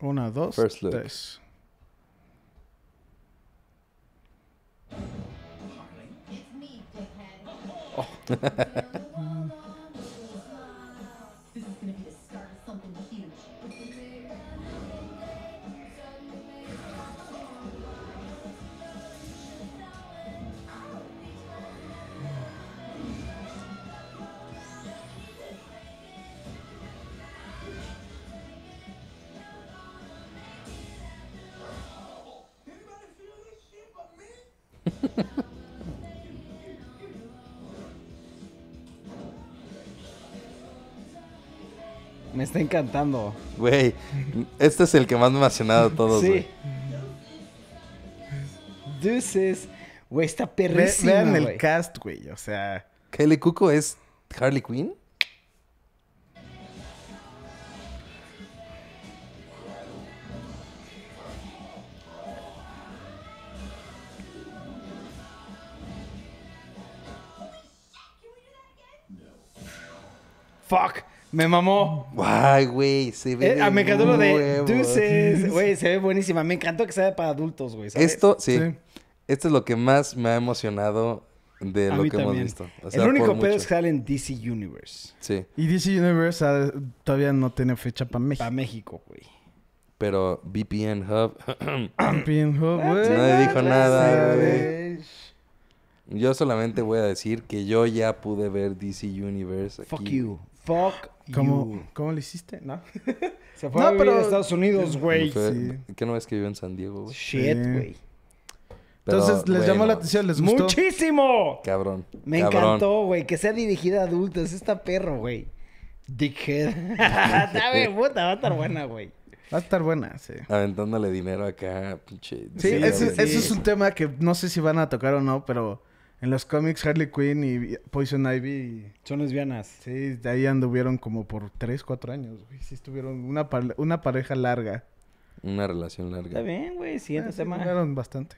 Speaker 3: Una, dos,
Speaker 2: First look.
Speaker 3: tres.
Speaker 6: It's me, dickhead. this is gonna be the start of something huge.
Speaker 1: Me está encantando.
Speaker 2: Güey, este es el que más me ha emocionado de todos,
Speaker 1: sí.
Speaker 2: güey.
Speaker 1: Deuces. Güey, está
Speaker 3: Ve-
Speaker 1: perrísima,
Speaker 3: vean el
Speaker 1: güey.
Speaker 3: cast, güey. O sea,
Speaker 2: Kylie Cuco es Harley Quinn.
Speaker 1: Fuck. Me mamó.
Speaker 2: Guay, güey, se ve.
Speaker 1: Eh, ah, me encantó lo de
Speaker 2: huevos.
Speaker 1: Deuces. Güey, se ve buenísima. Me encantó que sea para adultos, güey. ¿sabes?
Speaker 2: Esto, sí,
Speaker 3: Sí.
Speaker 2: Esto es lo que más me ha emocionado de
Speaker 1: A
Speaker 2: lo
Speaker 1: mí
Speaker 2: que hemos
Speaker 1: también.
Speaker 2: visto. O sea,
Speaker 1: el
Speaker 2: por
Speaker 1: único pedo
Speaker 2: mucho.
Speaker 1: es que sale en DC Universe.
Speaker 2: Sí,
Speaker 3: y DC Universe ah, todavía no tiene fecha para México.
Speaker 1: Para México, güey.
Speaker 2: pero VPN Hub.
Speaker 3: Ah, Pin Hub, güey.
Speaker 2: Nadie dijo nada,
Speaker 3: Sí,
Speaker 2: güey. Yo solamente voy a decir que yo ya pude ver DC Universe aquí.
Speaker 1: Pues Fuck you. Fuck
Speaker 3: ¿Cómo,
Speaker 1: you.
Speaker 3: ¿Cómo lo hiciste? ¿No?
Speaker 1: Se fue
Speaker 3: No,
Speaker 1: a vivir
Speaker 3: pero-
Speaker 1: a Estados Unidos, güey.
Speaker 2: Fue-
Speaker 3: sí.
Speaker 2: ¿Qué no es que vive en San Diego, güey?
Speaker 1: Shit,
Speaker 3: Sí.
Speaker 1: güey.
Speaker 2: Pero,
Speaker 3: Entonces les
Speaker 2: güey,
Speaker 3: llamó
Speaker 2: no
Speaker 3: la
Speaker 2: mames.
Speaker 3: atención, les gustó.
Speaker 1: ¡Muchísimo!
Speaker 2: Cabrón.
Speaker 1: Me
Speaker 2: cabrón.
Speaker 1: encantó, güey. Que sea dirigida a adultos. Está perro, güey. Dickhead. Sabe, puta, va a estar buena, güey.
Speaker 3: Va a estar buena, sí.
Speaker 2: Aventándole dinero acá, pinche.
Speaker 3: Sí, ese,
Speaker 2: güey.
Speaker 3: ese es un tema que no sé si van a tocar o no, pero en los cómics Harley Quinn y Poison Ivy,
Speaker 1: Son lesbianas.
Speaker 3: sí, de ahí anduvieron como por 3, 4 años, güey. Sí, estuvieron una, pal- una pareja larga.
Speaker 2: Una relación
Speaker 1: Está
Speaker 2: larga.
Speaker 1: bien, güey. Siguiente
Speaker 3: Ah, sí,
Speaker 1: tema.
Speaker 3: duraron bastante.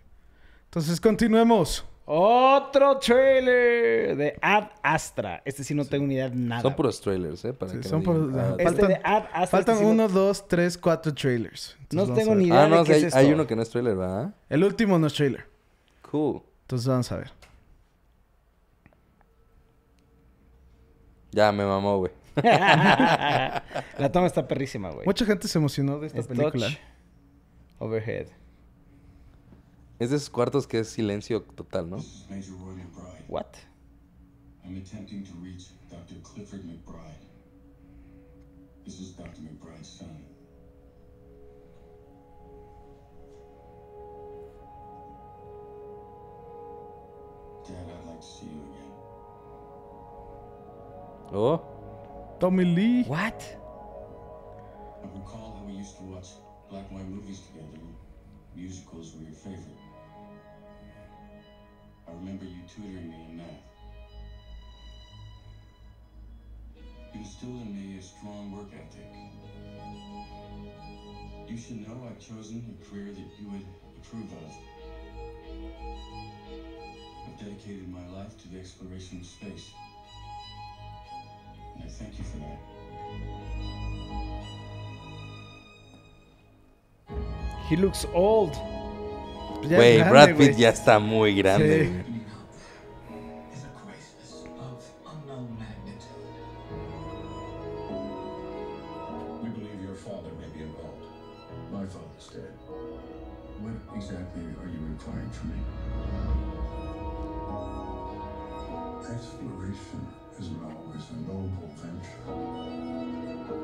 Speaker 3: Entonces, continuemos.
Speaker 1: Otro trailer de Ad Astra. Este sí no tengo ni idea de nada.
Speaker 2: Son puros trailers, ¿eh? Para
Speaker 3: Sí,
Speaker 2: que
Speaker 3: son
Speaker 2: no digan,
Speaker 3: puros- ajá.
Speaker 2: "Ah,
Speaker 1: Este
Speaker 3: Faltan-
Speaker 1: de Ad Astra.
Speaker 3: Faltan
Speaker 1: este sí no-
Speaker 3: 1, 2, 3, 4 trailers. Entonces,
Speaker 1: No
Speaker 3: vamos
Speaker 1: tengo
Speaker 3: a ver.
Speaker 1: ni idea
Speaker 2: Ah,
Speaker 1: de
Speaker 2: no,
Speaker 1: qué
Speaker 2: sí, hay,
Speaker 1: es
Speaker 2: hay
Speaker 1: esto.
Speaker 2: uno que no es trailer, ¿verdad?
Speaker 3: El último no es trailer.
Speaker 2: Cool.
Speaker 3: Entonces, vamos a ver.
Speaker 2: Ya, me mamó, güey.
Speaker 1: La toma está perrísima, güey.
Speaker 3: Mucha gente se emocionó de esta
Speaker 1: Es
Speaker 3: película.
Speaker 1: touch, Overhead.
Speaker 2: Es de esos cuartos que es silencio total, ¿no?
Speaker 4: This is Major Roy McBride.
Speaker 1: What?
Speaker 4: I'm attempting to reach Dr. Clifford McBride. This is Dr. McBride's son. Dad, I'd like to see you again.
Speaker 2: Oh,
Speaker 3: Tommy Lee.
Speaker 1: What?
Speaker 4: I recall how we used to watch black and white movies together. and Musicals were your favorite. I remember you tutoring me in math. You instilled in me a strong work ethic. You should know I've chosen a career that you would approve of. I've dedicated my life to the exploration of space. And I thank you for that.
Speaker 1: He looks old.
Speaker 3: Ya es
Speaker 2: güey,
Speaker 3: grande,
Speaker 2: Brad Pitt
Speaker 3: güey.
Speaker 2: ya está muy grande.
Speaker 3: Sí.
Speaker 2: güey.
Speaker 4: is a crisis of unknown magnitude. We believe your father may be involved. My father's dead. What exactly are you requiring from me? Exploration isn't always a noble venture.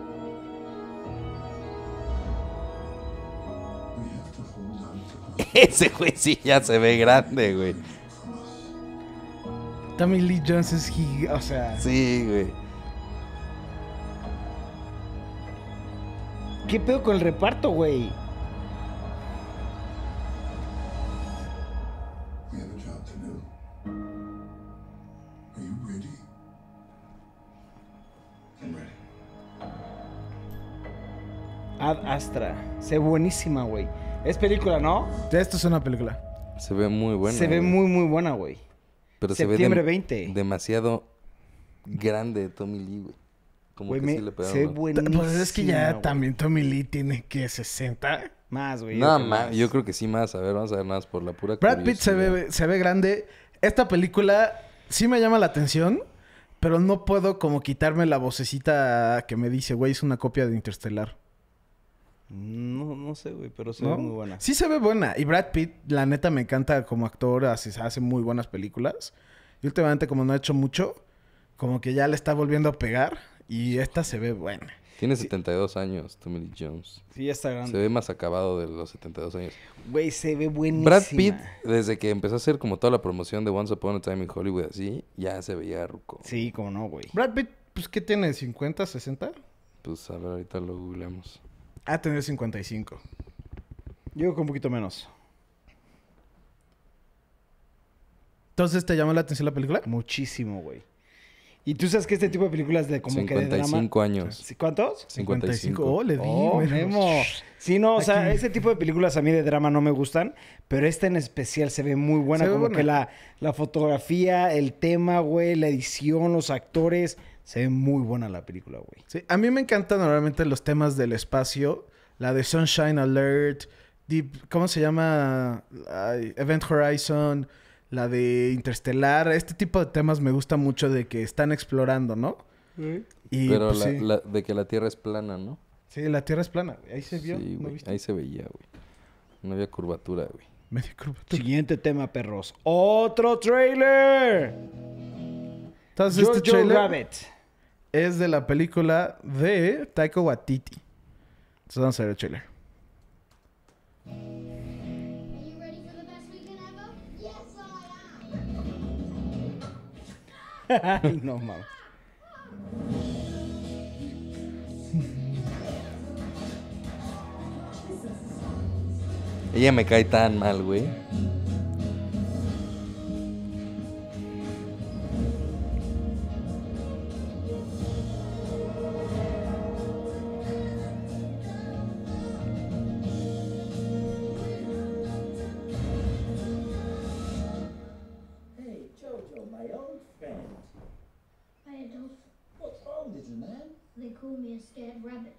Speaker 4: We have to hold on to the
Speaker 2: Ese güey sí ya se ve grande, güey.
Speaker 4: from us.
Speaker 3: Tommy Lee Jones es giga- O sea,
Speaker 2: Sí, güey.
Speaker 1: ¿Qué pedo con el reparto, güey?
Speaker 4: We have a job to do. Are you ready? I'm ready.
Speaker 1: Ad Astra. Se ve buenísima, güey. Es película, ¿no?
Speaker 3: ya esto es una película.
Speaker 2: Se ve muy bueno.
Speaker 1: se ve muy, muy buena, güey.
Speaker 2: Pero
Speaker 1: septiembre
Speaker 2: se ve
Speaker 1: 20.
Speaker 2: demasiado grande Tommy Lee, güey. Como
Speaker 1: Güey,
Speaker 2: que
Speaker 1: me-
Speaker 2: sí le pegaron.
Speaker 1: se ve
Speaker 2: ¿no?
Speaker 1: buenísima.
Speaker 3: Pues es que ya
Speaker 1: güey.
Speaker 3: también Tommy Lee tiene que 60.
Speaker 1: Más, güey.
Speaker 2: Nada
Speaker 1: yo creo
Speaker 2: más,
Speaker 1: más.
Speaker 2: yo creo que sí más. A ver, vamos a ver más por la pura
Speaker 3: Brad Pitt se
Speaker 2: curiosidad.
Speaker 3: ve, se ve grande. Esta película sí me llama la atención, pero no puedo como quitarme la vocecita que me dice, güey, es una copia de Interstellar.
Speaker 1: No, no sé, güey, pero se
Speaker 3: ¿no?
Speaker 1: ve muy buena.
Speaker 3: Sí se ve buena. Y Brad Pitt, la neta, me encanta como actor, hace, hace muy buenas películas. Y últimamente, como no ha hecho mucho, como que ya le está volviendo a pegar. Y esta se ve buena.
Speaker 2: Tiene 72 años, Tommy Lee Jones.
Speaker 1: Sí, ya está
Speaker 2: Se
Speaker 1: grande.
Speaker 2: ve más acabado de los 72 años.
Speaker 1: Güey, se ve buenísima.
Speaker 2: Brad Pitt, desde que empezó a hacer como toda la promoción de Once Upon a Time in Hollywood, así, ya se veía ruco.
Speaker 1: Sí, como no, güey.
Speaker 3: Brad Pitt, pues, ¿qué tiene? ¿50, 60?
Speaker 2: Pues a ver, ahorita lo googleamos.
Speaker 3: Ha tenido 55.
Speaker 1: Yo creo que un poquito menos.
Speaker 3: Entonces, ¿te llamó la atención la película?
Speaker 1: Muchísimo, güey. Y tú sabes que este tipo de películas de como que de drama...
Speaker 2: 55 años.
Speaker 1: ¿Sí, ¿Cuántos?
Speaker 2: 55.
Speaker 3: Oh, le di.
Speaker 1: Oh,
Speaker 3: mira.
Speaker 1: Memo. Sí, no, o sea,
Speaker 3: Aquí.
Speaker 1: ese tipo de películas a mí de drama no me gustan, pero esta en especial se ve muy buena,
Speaker 3: Se ve
Speaker 1: como
Speaker 3: buena.
Speaker 1: que la, la fotografía, el tema, güey, la edición, los actores, se ve muy buena la película, güey.
Speaker 3: Sí, a mí me encantan normalmente los temas del espacio. La de Sunshine Alert, Deep, ¿cómo se llama? Ay, Event Horizon, la de Interstellar. Este tipo de temas me gusta mucho de que están explorando, ¿no? Y,
Speaker 2: Pero
Speaker 3: pues,
Speaker 2: la-
Speaker 3: sí.
Speaker 2: la- de que la Tierra es plana, ¿no?
Speaker 3: Sí, la Tierra es plana. güey. Ahí se vio.
Speaker 2: Sí,
Speaker 3: ¿no
Speaker 2: güey.
Speaker 3: viste?
Speaker 2: Ahí se veía, güey. No había curvatura, güey.
Speaker 3: Medio curvatura.
Speaker 1: Siguiente tema, perros. Otro trailer.
Speaker 3: Entonces,
Speaker 1: Jojo
Speaker 3: este trailer
Speaker 1: Rabbit.
Speaker 3: es de la película de Taiko Watiti. Entonces vamos a ver el trailer.
Speaker 7: Are you ready for the best weekend ever? Yes, I am!
Speaker 1: Ay, no mames.
Speaker 2: Ella me cae tan mal, güey.
Speaker 6: Hey, Jojo, my old friend.
Speaker 7: Hi, Adolf.
Speaker 6: What's wrong, little man?
Speaker 7: They call me a scared rabbit.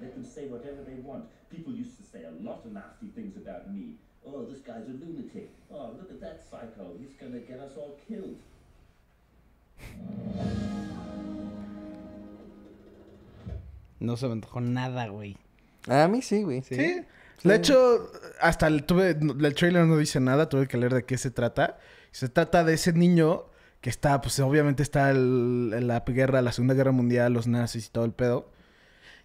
Speaker 8: Let them say whatever they want. People used to say a lot of nasty things about me.
Speaker 6: Oh, this guy's a lunatic. Oh, look at that psycho. He's gonna get us all killed.
Speaker 1: No se me antojó nada, güey.
Speaker 2: A mí sí, güey.
Speaker 3: Sí. De hecho, hasta el, tuve, el trailer no dice nada, tuve que leer de qué se trata. Se trata de ese niño que está, pues obviamente está el- en la guerra, la Segunda Guerra Mundial, los nazis y todo el pedo.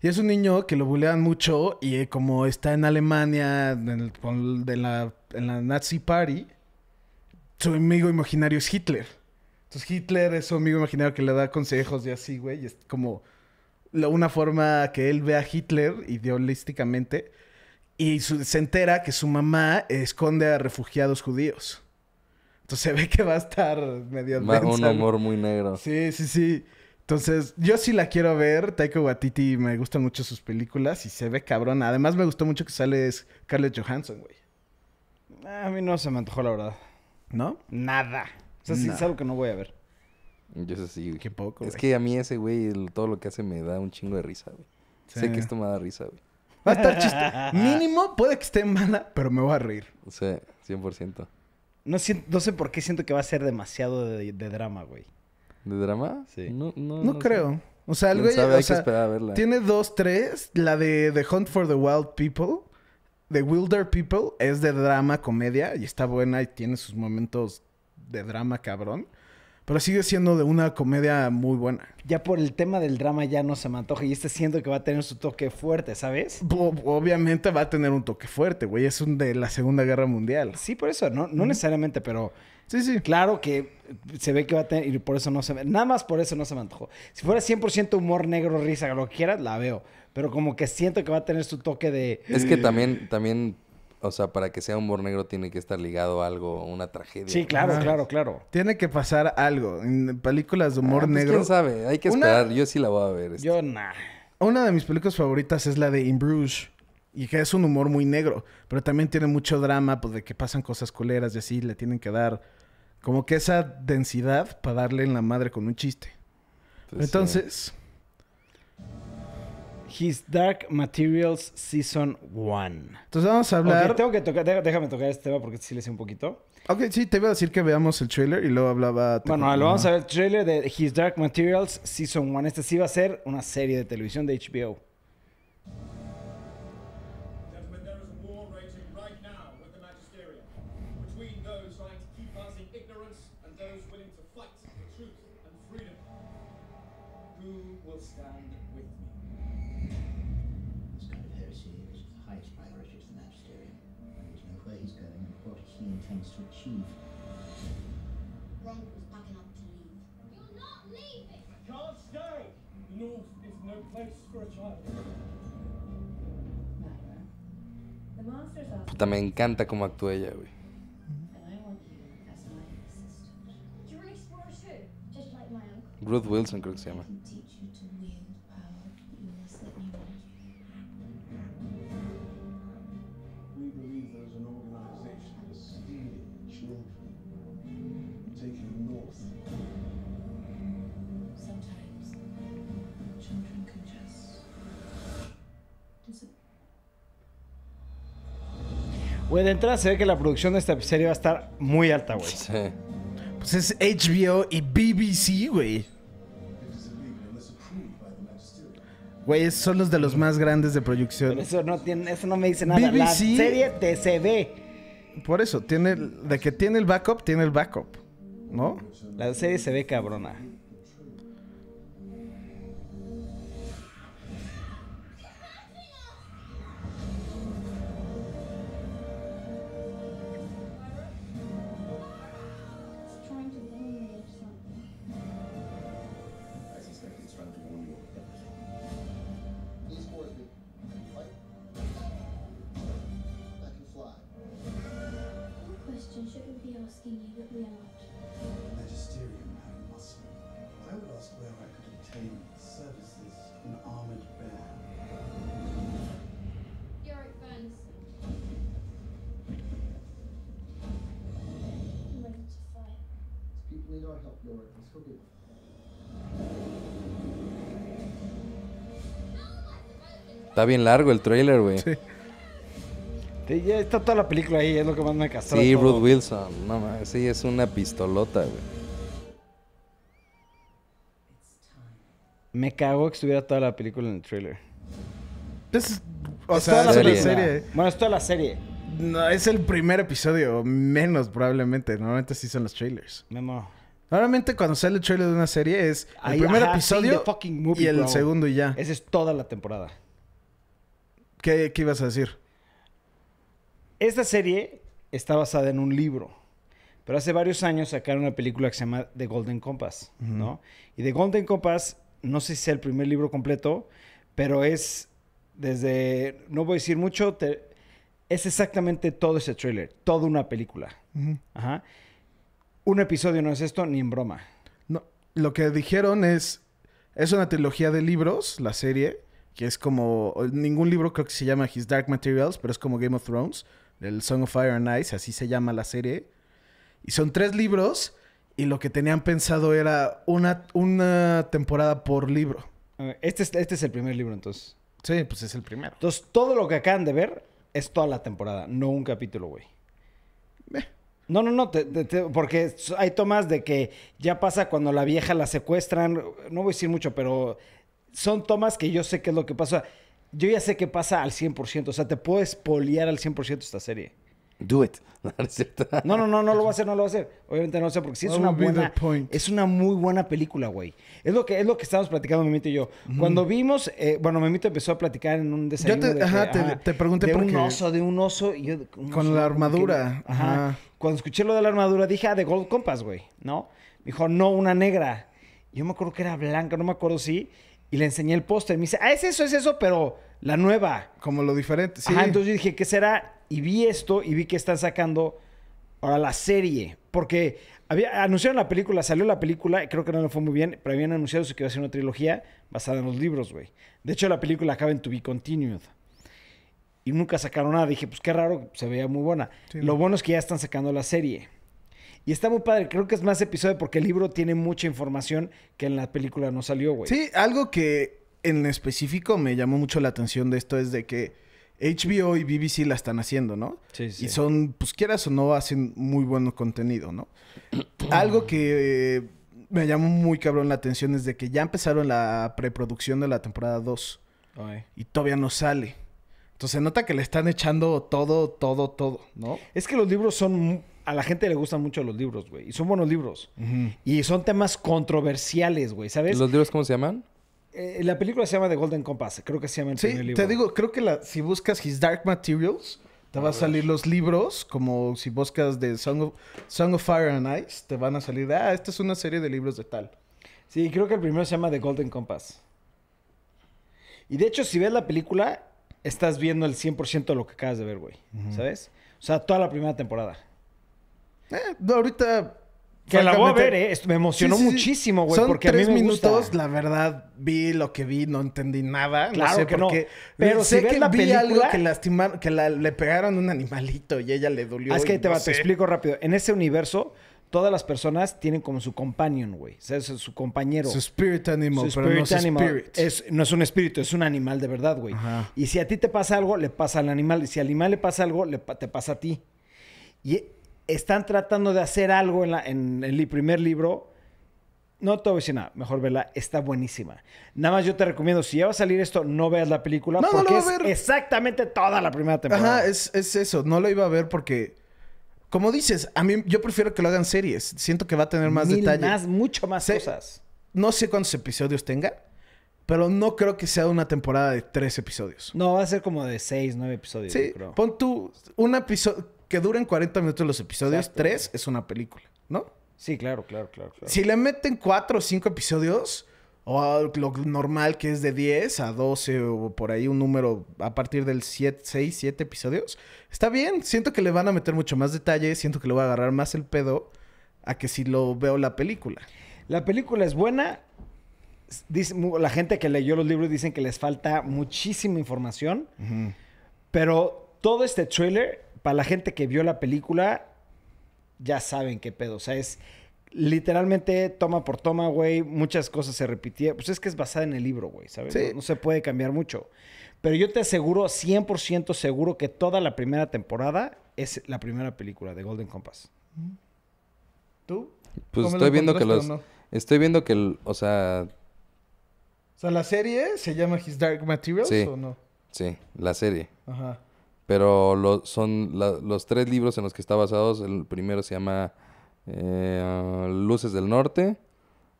Speaker 3: Y es un niño que lo bulean mucho y eh, como está en Alemania, en, el- con- de la, en la Nazi Party, su amigo imaginario es Hitler. Entonces Hitler es su amigo imaginario que le da consejos y así, güey. Y es como la- una forma que él ve a Hitler ideolísticamente. Y su- se entera que su mamá esconde a refugiados judíos. Entonces se ve que va a estar medio
Speaker 2: Ma- un
Speaker 3: densa, güey.
Speaker 2: humor muy negro.
Speaker 3: Sí, sí, sí. Entonces, yo sí la quiero ver. Taika Waititi me gustan mucho sus películas y se ve cabrón. Además, me gustó mucho que sale es Scarlett Johansson, güey.
Speaker 1: A mí no se me antojó, la verdad.
Speaker 3: ¿No?
Speaker 1: Nada. O sea, sí
Speaker 3: Nah.
Speaker 1: es algo que no voy a ver.
Speaker 2: Yo sé sí, güey.
Speaker 3: Qué poco,
Speaker 2: Es
Speaker 3: güey.
Speaker 2: que a mí ese güey, el- todo lo que hace me da un chingo de risa, güey.
Speaker 3: Sí.
Speaker 2: Sé que esto me da risa, güey.
Speaker 3: Va a estar chiste. Mínimo, puede que esté mala, pero me voy a reír.
Speaker 2: O sea, 100%.
Speaker 1: No, siento- no sé por qué siento que va a ser demasiado de, de drama, güey.
Speaker 2: ¿De drama?
Speaker 1: Sí.
Speaker 2: No, no,
Speaker 3: No,
Speaker 2: no sé.
Speaker 3: creo. O sea, el
Speaker 2: ¿Quién
Speaker 3: güey.
Speaker 2: sabe?
Speaker 3: o
Speaker 2: Hay que
Speaker 3: sea,
Speaker 2: esperar a verla.
Speaker 3: Tiene dos, tres. La de The Hunt for the Wild People. The Wilder People es de drama, comedia y está buena y tiene sus momentos de drama cabrón. Pero sigue siendo de una comedia muy buena.
Speaker 1: Ya por el tema del drama ya no se me antoja y este siento que va a tener su toque fuerte, ¿sabes?
Speaker 3: Ob- Obviamente va a tener un toque fuerte, güey. Es un de la Segunda Guerra Mundial.
Speaker 1: Sí, por eso, no, no necesariamente, pero
Speaker 3: Sí, sí.
Speaker 1: claro que se ve que va a tener y por eso no se me... Nada más por eso no se me antojó. Si fuera 100% humor negro, risa, lo que quieras, la veo. Pero como que siento que va a tener su toque de...
Speaker 2: Es que también, también, o sea, para que sea humor negro tiene que estar ligado a algo, una tragedia. Ah,
Speaker 1: Sí,
Speaker 2: ¿no?
Speaker 1: claro,
Speaker 3: Ajá.
Speaker 1: claro, claro.
Speaker 3: Tiene que pasar algo. En películas de
Speaker 2: Ah,
Speaker 3: humor
Speaker 2: pues,
Speaker 3: negro.
Speaker 2: ¿Quién sabe? Hay que
Speaker 3: Una-
Speaker 2: esperar. Yo sí la voy a ver. este.
Speaker 1: Yo, nah.
Speaker 3: Una de mis películas favoritas es la de In Bruges. Y que es un humor muy negro. Pero también tiene mucho drama, pues de que pasan cosas culeras y así le tienen que dar. Como que esa densidad para darle en la madre con un chiste.
Speaker 2: Entonces,
Speaker 3: Entonces,
Speaker 1: His Dark Materials Season 1.
Speaker 3: entonces vamos a hablar.
Speaker 1: Ok, tengo que tocar, deja- déjame tocar este tema porque sí le sé un poquito.
Speaker 3: Ok, sí, te iba a decir que veamos el trailer y luego hablaba.
Speaker 1: Bueno, lo vamos a ver el trailer de His Dark Materials Season 1. Este sí va a ser una serie de televisión de HBO.
Speaker 9: Gentlemen, there is a war raging right now with the Magisteria between those trying to keep us in ignorance and those willing to fight for truth and freedom. Who will stand with me?
Speaker 6: This kind of heresy is the highest priority of the magisterium. We need to know where he's going and what he intends to achieve.
Speaker 7: Ronk was packing up to leave. You're not leaving!
Speaker 9: I can't stay! The North is no place for a child.
Speaker 10: Myra, the monster's off,
Speaker 2: Puta, me encanta cómo actúa ella, güey.
Speaker 10: and I want you as my assistant.
Speaker 7: You're an explorer too, just like my uncle.
Speaker 2: Ruth Wilson creo que se
Speaker 10: I
Speaker 2: llama.
Speaker 10: can teach you to wield power. You must let me wield you.
Speaker 4: We believe there is an organization that's stealing children, taking them north.
Speaker 10: Sometimes children can just disappear.
Speaker 1: Güey, de entrada se ve que la producción de esta serie va a estar muy alta, güey.
Speaker 2: Sí.
Speaker 3: Pues es HBO y BBC, güey.
Speaker 4: It is illegal unless approved by the magisterium.
Speaker 3: Güey, esos son los de los más grandes de
Speaker 1: Pero
Speaker 3: producción.
Speaker 1: eso no, tiene, eso no me dice nada. La
Speaker 3: BBC.
Speaker 1: serie TCB.
Speaker 3: Por eso, tiene. el- De que tiene el backup, tiene el backup. ¿No?
Speaker 1: La serie se ve cabrona.
Speaker 10: asking you that we are not.
Speaker 4: The Magisterium had a muscle. I would ask where I could obtain services of an armored bear.
Speaker 7: Yorick Burns.
Speaker 10: I'm ready to fight.
Speaker 5: People need our help, Yorick. Let's go get them.
Speaker 2: Está bien largo el trailer, güey. Sí,
Speaker 1: Te- Ya está toda la película ahí, es lo que más me castró. de todo.
Speaker 2: Ruth Wilson. No mames, sí, es una pistolota, güey.
Speaker 1: Me cagó que estuviera toda la película en el trailer.
Speaker 3: Es, o
Speaker 1: Es
Speaker 3: sea,
Speaker 1: toda
Speaker 3: es
Speaker 2: serie.
Speaker 3: una
Speaker 1: película.
Speaker 3: serie.
Speaker 1: Bueno, es toda la serie.
Speaker 3: No, es el primer episodio, menos probablemente. Normalmente sí son los trailers.
Speaker 1: Memo.
Speaker 3: Normalmente cuando sale el trailer de una serie es el
Speaker 1: Ahí,
Speaker 3: primer
Speaker 1: ajá, see
Speaker 3: episodio
Speaker 1: the fucking movie,
Speaker 3: y el
Speaker 1: bro.
Speaker 3: segundo y ya.
Speaker 1: Esa es toda la temporada.
Speaker 3: ¿Qué, qué ibas a decir?
Speaker 1: Esta serie está basada en un libro. Pero hace varios años sacaron una película que se llama The Golden Compass, ¿no? Y The Golden Compass, no sé si es el primer libro completo, pero es desde, no voy a decir mucho, te- es exactamente todo ese trailer, toda una película. Ajá. Un episodio no es esto ni en broma.
Speaker 3: No, lo que dijeron es es una trilogía de libros, la serie, que es como ningún libro creo que se llama His Dark Materials, pero es como Game of Thrones, el Song of Fire and Ice, así se llama la serie. Y son tres libros y lo que tenían pensado era una una temporada por libro.
Speaker 1: A ver, Este es, este es el primer libro, entonces.
Speaker 3: Sí, pues es el primero.
Speaker 1: Entonces, todo lo que acaban de ver es toda la temporada, no un capítulo, güey. No, no, no, te- te- te- porque s- hay tomas de que ya pasa cuando la vieja la secuestran, no voy a decir mucho, pero son tomas que yo sé qué es lo que pasa. Yo ya sé qué pasa al 100%, o sea, te puedo espolear al 100% esta serie.
Speaker 2: Do it. No, no es cierto.
Speaker 1: No, no, no, no lo voy a hacer, no lo voy a hacer. Obviamente no lo sé porque sí es
Speaker 3: What
Speaker 1: una
Speaker 3: would be the
Speaker 1: buena
Speaker 3: point?
Speaker 1: es una muy buena película, güey. Es lo que es lo que estábamos platicando Memito y yo. Cuando vimos, eh, bueno, Memito empezó a platicar en un desayuno de que,
Speaker 3: ajá, te- te pregunté
Speaker 1: de
Speaker 3: por
Speaker 1: un
Speaker 3: qué.
Speaker 1: oso, de un oso y yo un
Speaker 3: Con
Speaker 1: oso,
Speaker 3: la
Speaker 1: ¿no?
Speaker 3: armadura,
Speaker 1: Que- ajá.
Speaker 3: ajá.
Speaker 1: Cuando escuché lo de la armadura dije, "Ah, de Gold Compass, güey." ¿No? Me dijo, "No, una negra." Yo me acuerdo que era blanca, no me acuerdo si y le enseñé el póster, me dice, "Ah, es eso, es eso, pero la nueva."
Speaker 3: Como lo diferente, sí.
Speaker 1: Ajá, entonces yo dije, ¿qué será? Y vi esto y vi que están sacando ahora la serie. Porque había, anunciaron la película, salió la película, creo que no le fue muy bien, pero habían anunciado que iba a ser una trilogía basada en los libros, güey. De hecho, la película acaba en To Be Continued. Y nunca sacaron nada. Dije, pues qué raro, se veía muy buena.
Speaker 3: Sí,
Speaker 1: Lo
Speaker 3: ¿no?
Speaker 1: bueno es que ya están sacando la serie. Y está muy padre. Creo que es más episodio porque el libro tiene mucha información que en la película no salió, güey.
Speaker 3: Sí, algo que en específico me llamó mucho la atención de esto es de que HBO y BBC la están haciendo, ¿no?
Speaker 1: Sí, sí.
Speaker 3: Y son, pues quieras o no, hacen muy buen contenido, ¿no? algo que eh, me llamó muy cabrón la atención es de que ya empezaron la preproducción de la temporada 2
Speaker 1: Ay.
Speaker 3: y todavía no sale. Entonces se nota que le están echando todo, todo, todo, ¿no?
Speaker 1: Es que los libros son... mu- A la gente le gustan mucho los libros, güey. Y son buenos libros. Y son temas controversiales, güey, ¿sabes?
Speaker 2: ¿Los libros cómo se llaman?
Speaker 1: Eh, la película se llama The Golden Compass. Creo que se llama el primer
Speaker 3: Sí,
Speaker 1: libro.
Speaker 3: te digo, creo que la- si buscas His Dark Materials, te van a salir los libros, como si buscas de Song of, Song of Fire and Ice, te van a salir, ah, esta es una serie de libros de tal.
Speaker 1: Sí, creo que el primero se llama The Golden Compass. Y de hecho, si ves la película, estás viendo el 100% de lo que acabas de ver, güey. ¿Sabes? O sea, toda la primera temporada.
Speaker 3: Eh, no, ahorita...
Speaker 1: Que la voy a
Speaker 3: francamente-
Speaker 1: ver, ¿eh? Esto Me emocionó
Speaker 3: Sí, sí, sí.
Speaker 1: muchísimo, güey.
Speaker 3: Son
Speaker 1: Porque
Speaker 3: tres
Speaker 1: a mí me gusta.
Speaker 3: minutos, la verdad, vi lo que vi, no entendí nada.
Speaker 1: Claro
Speaker 3: no sé
Speaker 1: que
Speaker 3: por
Speaker 1: no.
Speaker 3: qué.
Speaker 1: Pero
Speaker 3: sé
Speaker 1: si ves
Speaker 3: que
Speaker 1: la
Speaker 3: vi
Speaker 1: película-
Speaker 3: algo que lastimaron, que la- le pegaron un animalito y ella le dolió.
Speaker 1: Ah, es que
Speaker 3: y
Speaker 1: ahí te
Speaker 3: no
Speaker 1: va,
Speaker 3: sé.
Speaker 1: te explico rápido. En ese universo, todas las personas tienen como su companion, güey. O sea, su su compañero.
Speaker 3: Su spirit animal,
Speaker 1: Su
Speaker 3: pero no
Speaker 1: spirit
Speaker 3: su
Speaker 1: animal
Speaker 3: spirit.
Speaker 1: Es, no es un espíritu, es un animal de verdad, güey.
Speaker 3: Ajá.
Speaker 1: Y si a ti te pasa algo, le pasa al animal. Y si al animal le pasa algo, le pa- te pasa a ti. Y e- están tratando de hacer algo en, la- en el li- primer libro. No te voy a decir nada, mejor verla, está buenísima. Nada más yo te recomiendo, si ya va a salir esto, no veas la película,
Speaker 3: No, no
Speaker 1: porque
Speaker 3: la
Speaker 1: es
Speaker 3: voy a ver.
Speaker 1: exactamente toda la primera temporada.
Speaker 3: Ajá, es, es eso. No lo iba a ver porque, como dices, a mí yo prefiero que lo hagan series. Siento que va a tener más
Speaker 1: Mil
Speaker 3: detalle.
Speaker 1: más, mucho más
Speaker 3: Sí.
Speaker 1: cosas.
Speaker 3: No sé cuántos episodios tenga, pero no creo que sea una temporada de tres episodios.
Speaker 1: No, va a ser como de seis, nueve episodios,
Speaker 2: este,
Speaker 3: sí,
Speaker 1: yo creo.
Speaker 3: pon tú un episodio que duren 40 minutos los episodios,
Speaker 1: Exacto,
Speaker 3: tres es una película, ¿no?
Speaker 1: Sí, claro, claro, claro. claro.
Speaker 3: Si le meten cuatro o cinco episodios, O lo normal que es de 10 a 12 o por ahí un número a partir del 7, 6, 7 episodios. Está bien, siento que le van a meter mucho más detalle, siento que le voy a agarrar más el pedo a que si lo veo la película.
Speaker 1: La película es buena. S- dice mu- la gente que leyó los libros dicen que les falta muchísima información. Pero todo este trailer, para la gente que vio la película, ya saben qué pedo. O sea, es literalmente toma por toma, güey. Muchas cosas se repetían. Pues es que es basada en el libro, güey, ¿sabes?
Speaker 3: Sí.
Speaker 1: No, no se puede cambiar mucho. Pero yo te aseguro, 100% seguro, que toda la primera temporada es la primera película de Golden Compass.
Speaker 3: ¿Tú?
Speaker 2: Pues
Speaker 3: ¿Cómo lo
Speaker 2: estoy viendo que los...
Speaker 3: encontraste o no?
Speaker 2: Estoy viendo que, el- o sea,
Speaker 3: O sea, la serie se llama His Dark Materials
Speaker 2: Sí.
Speaker 3: o no?
Speaker 2: sí, la serie.
Speaker 3: Ajá.
Speaker 2: Pero lo- son la- los tres libros en los que está basados. El primero se llama eh, Luces del Norte,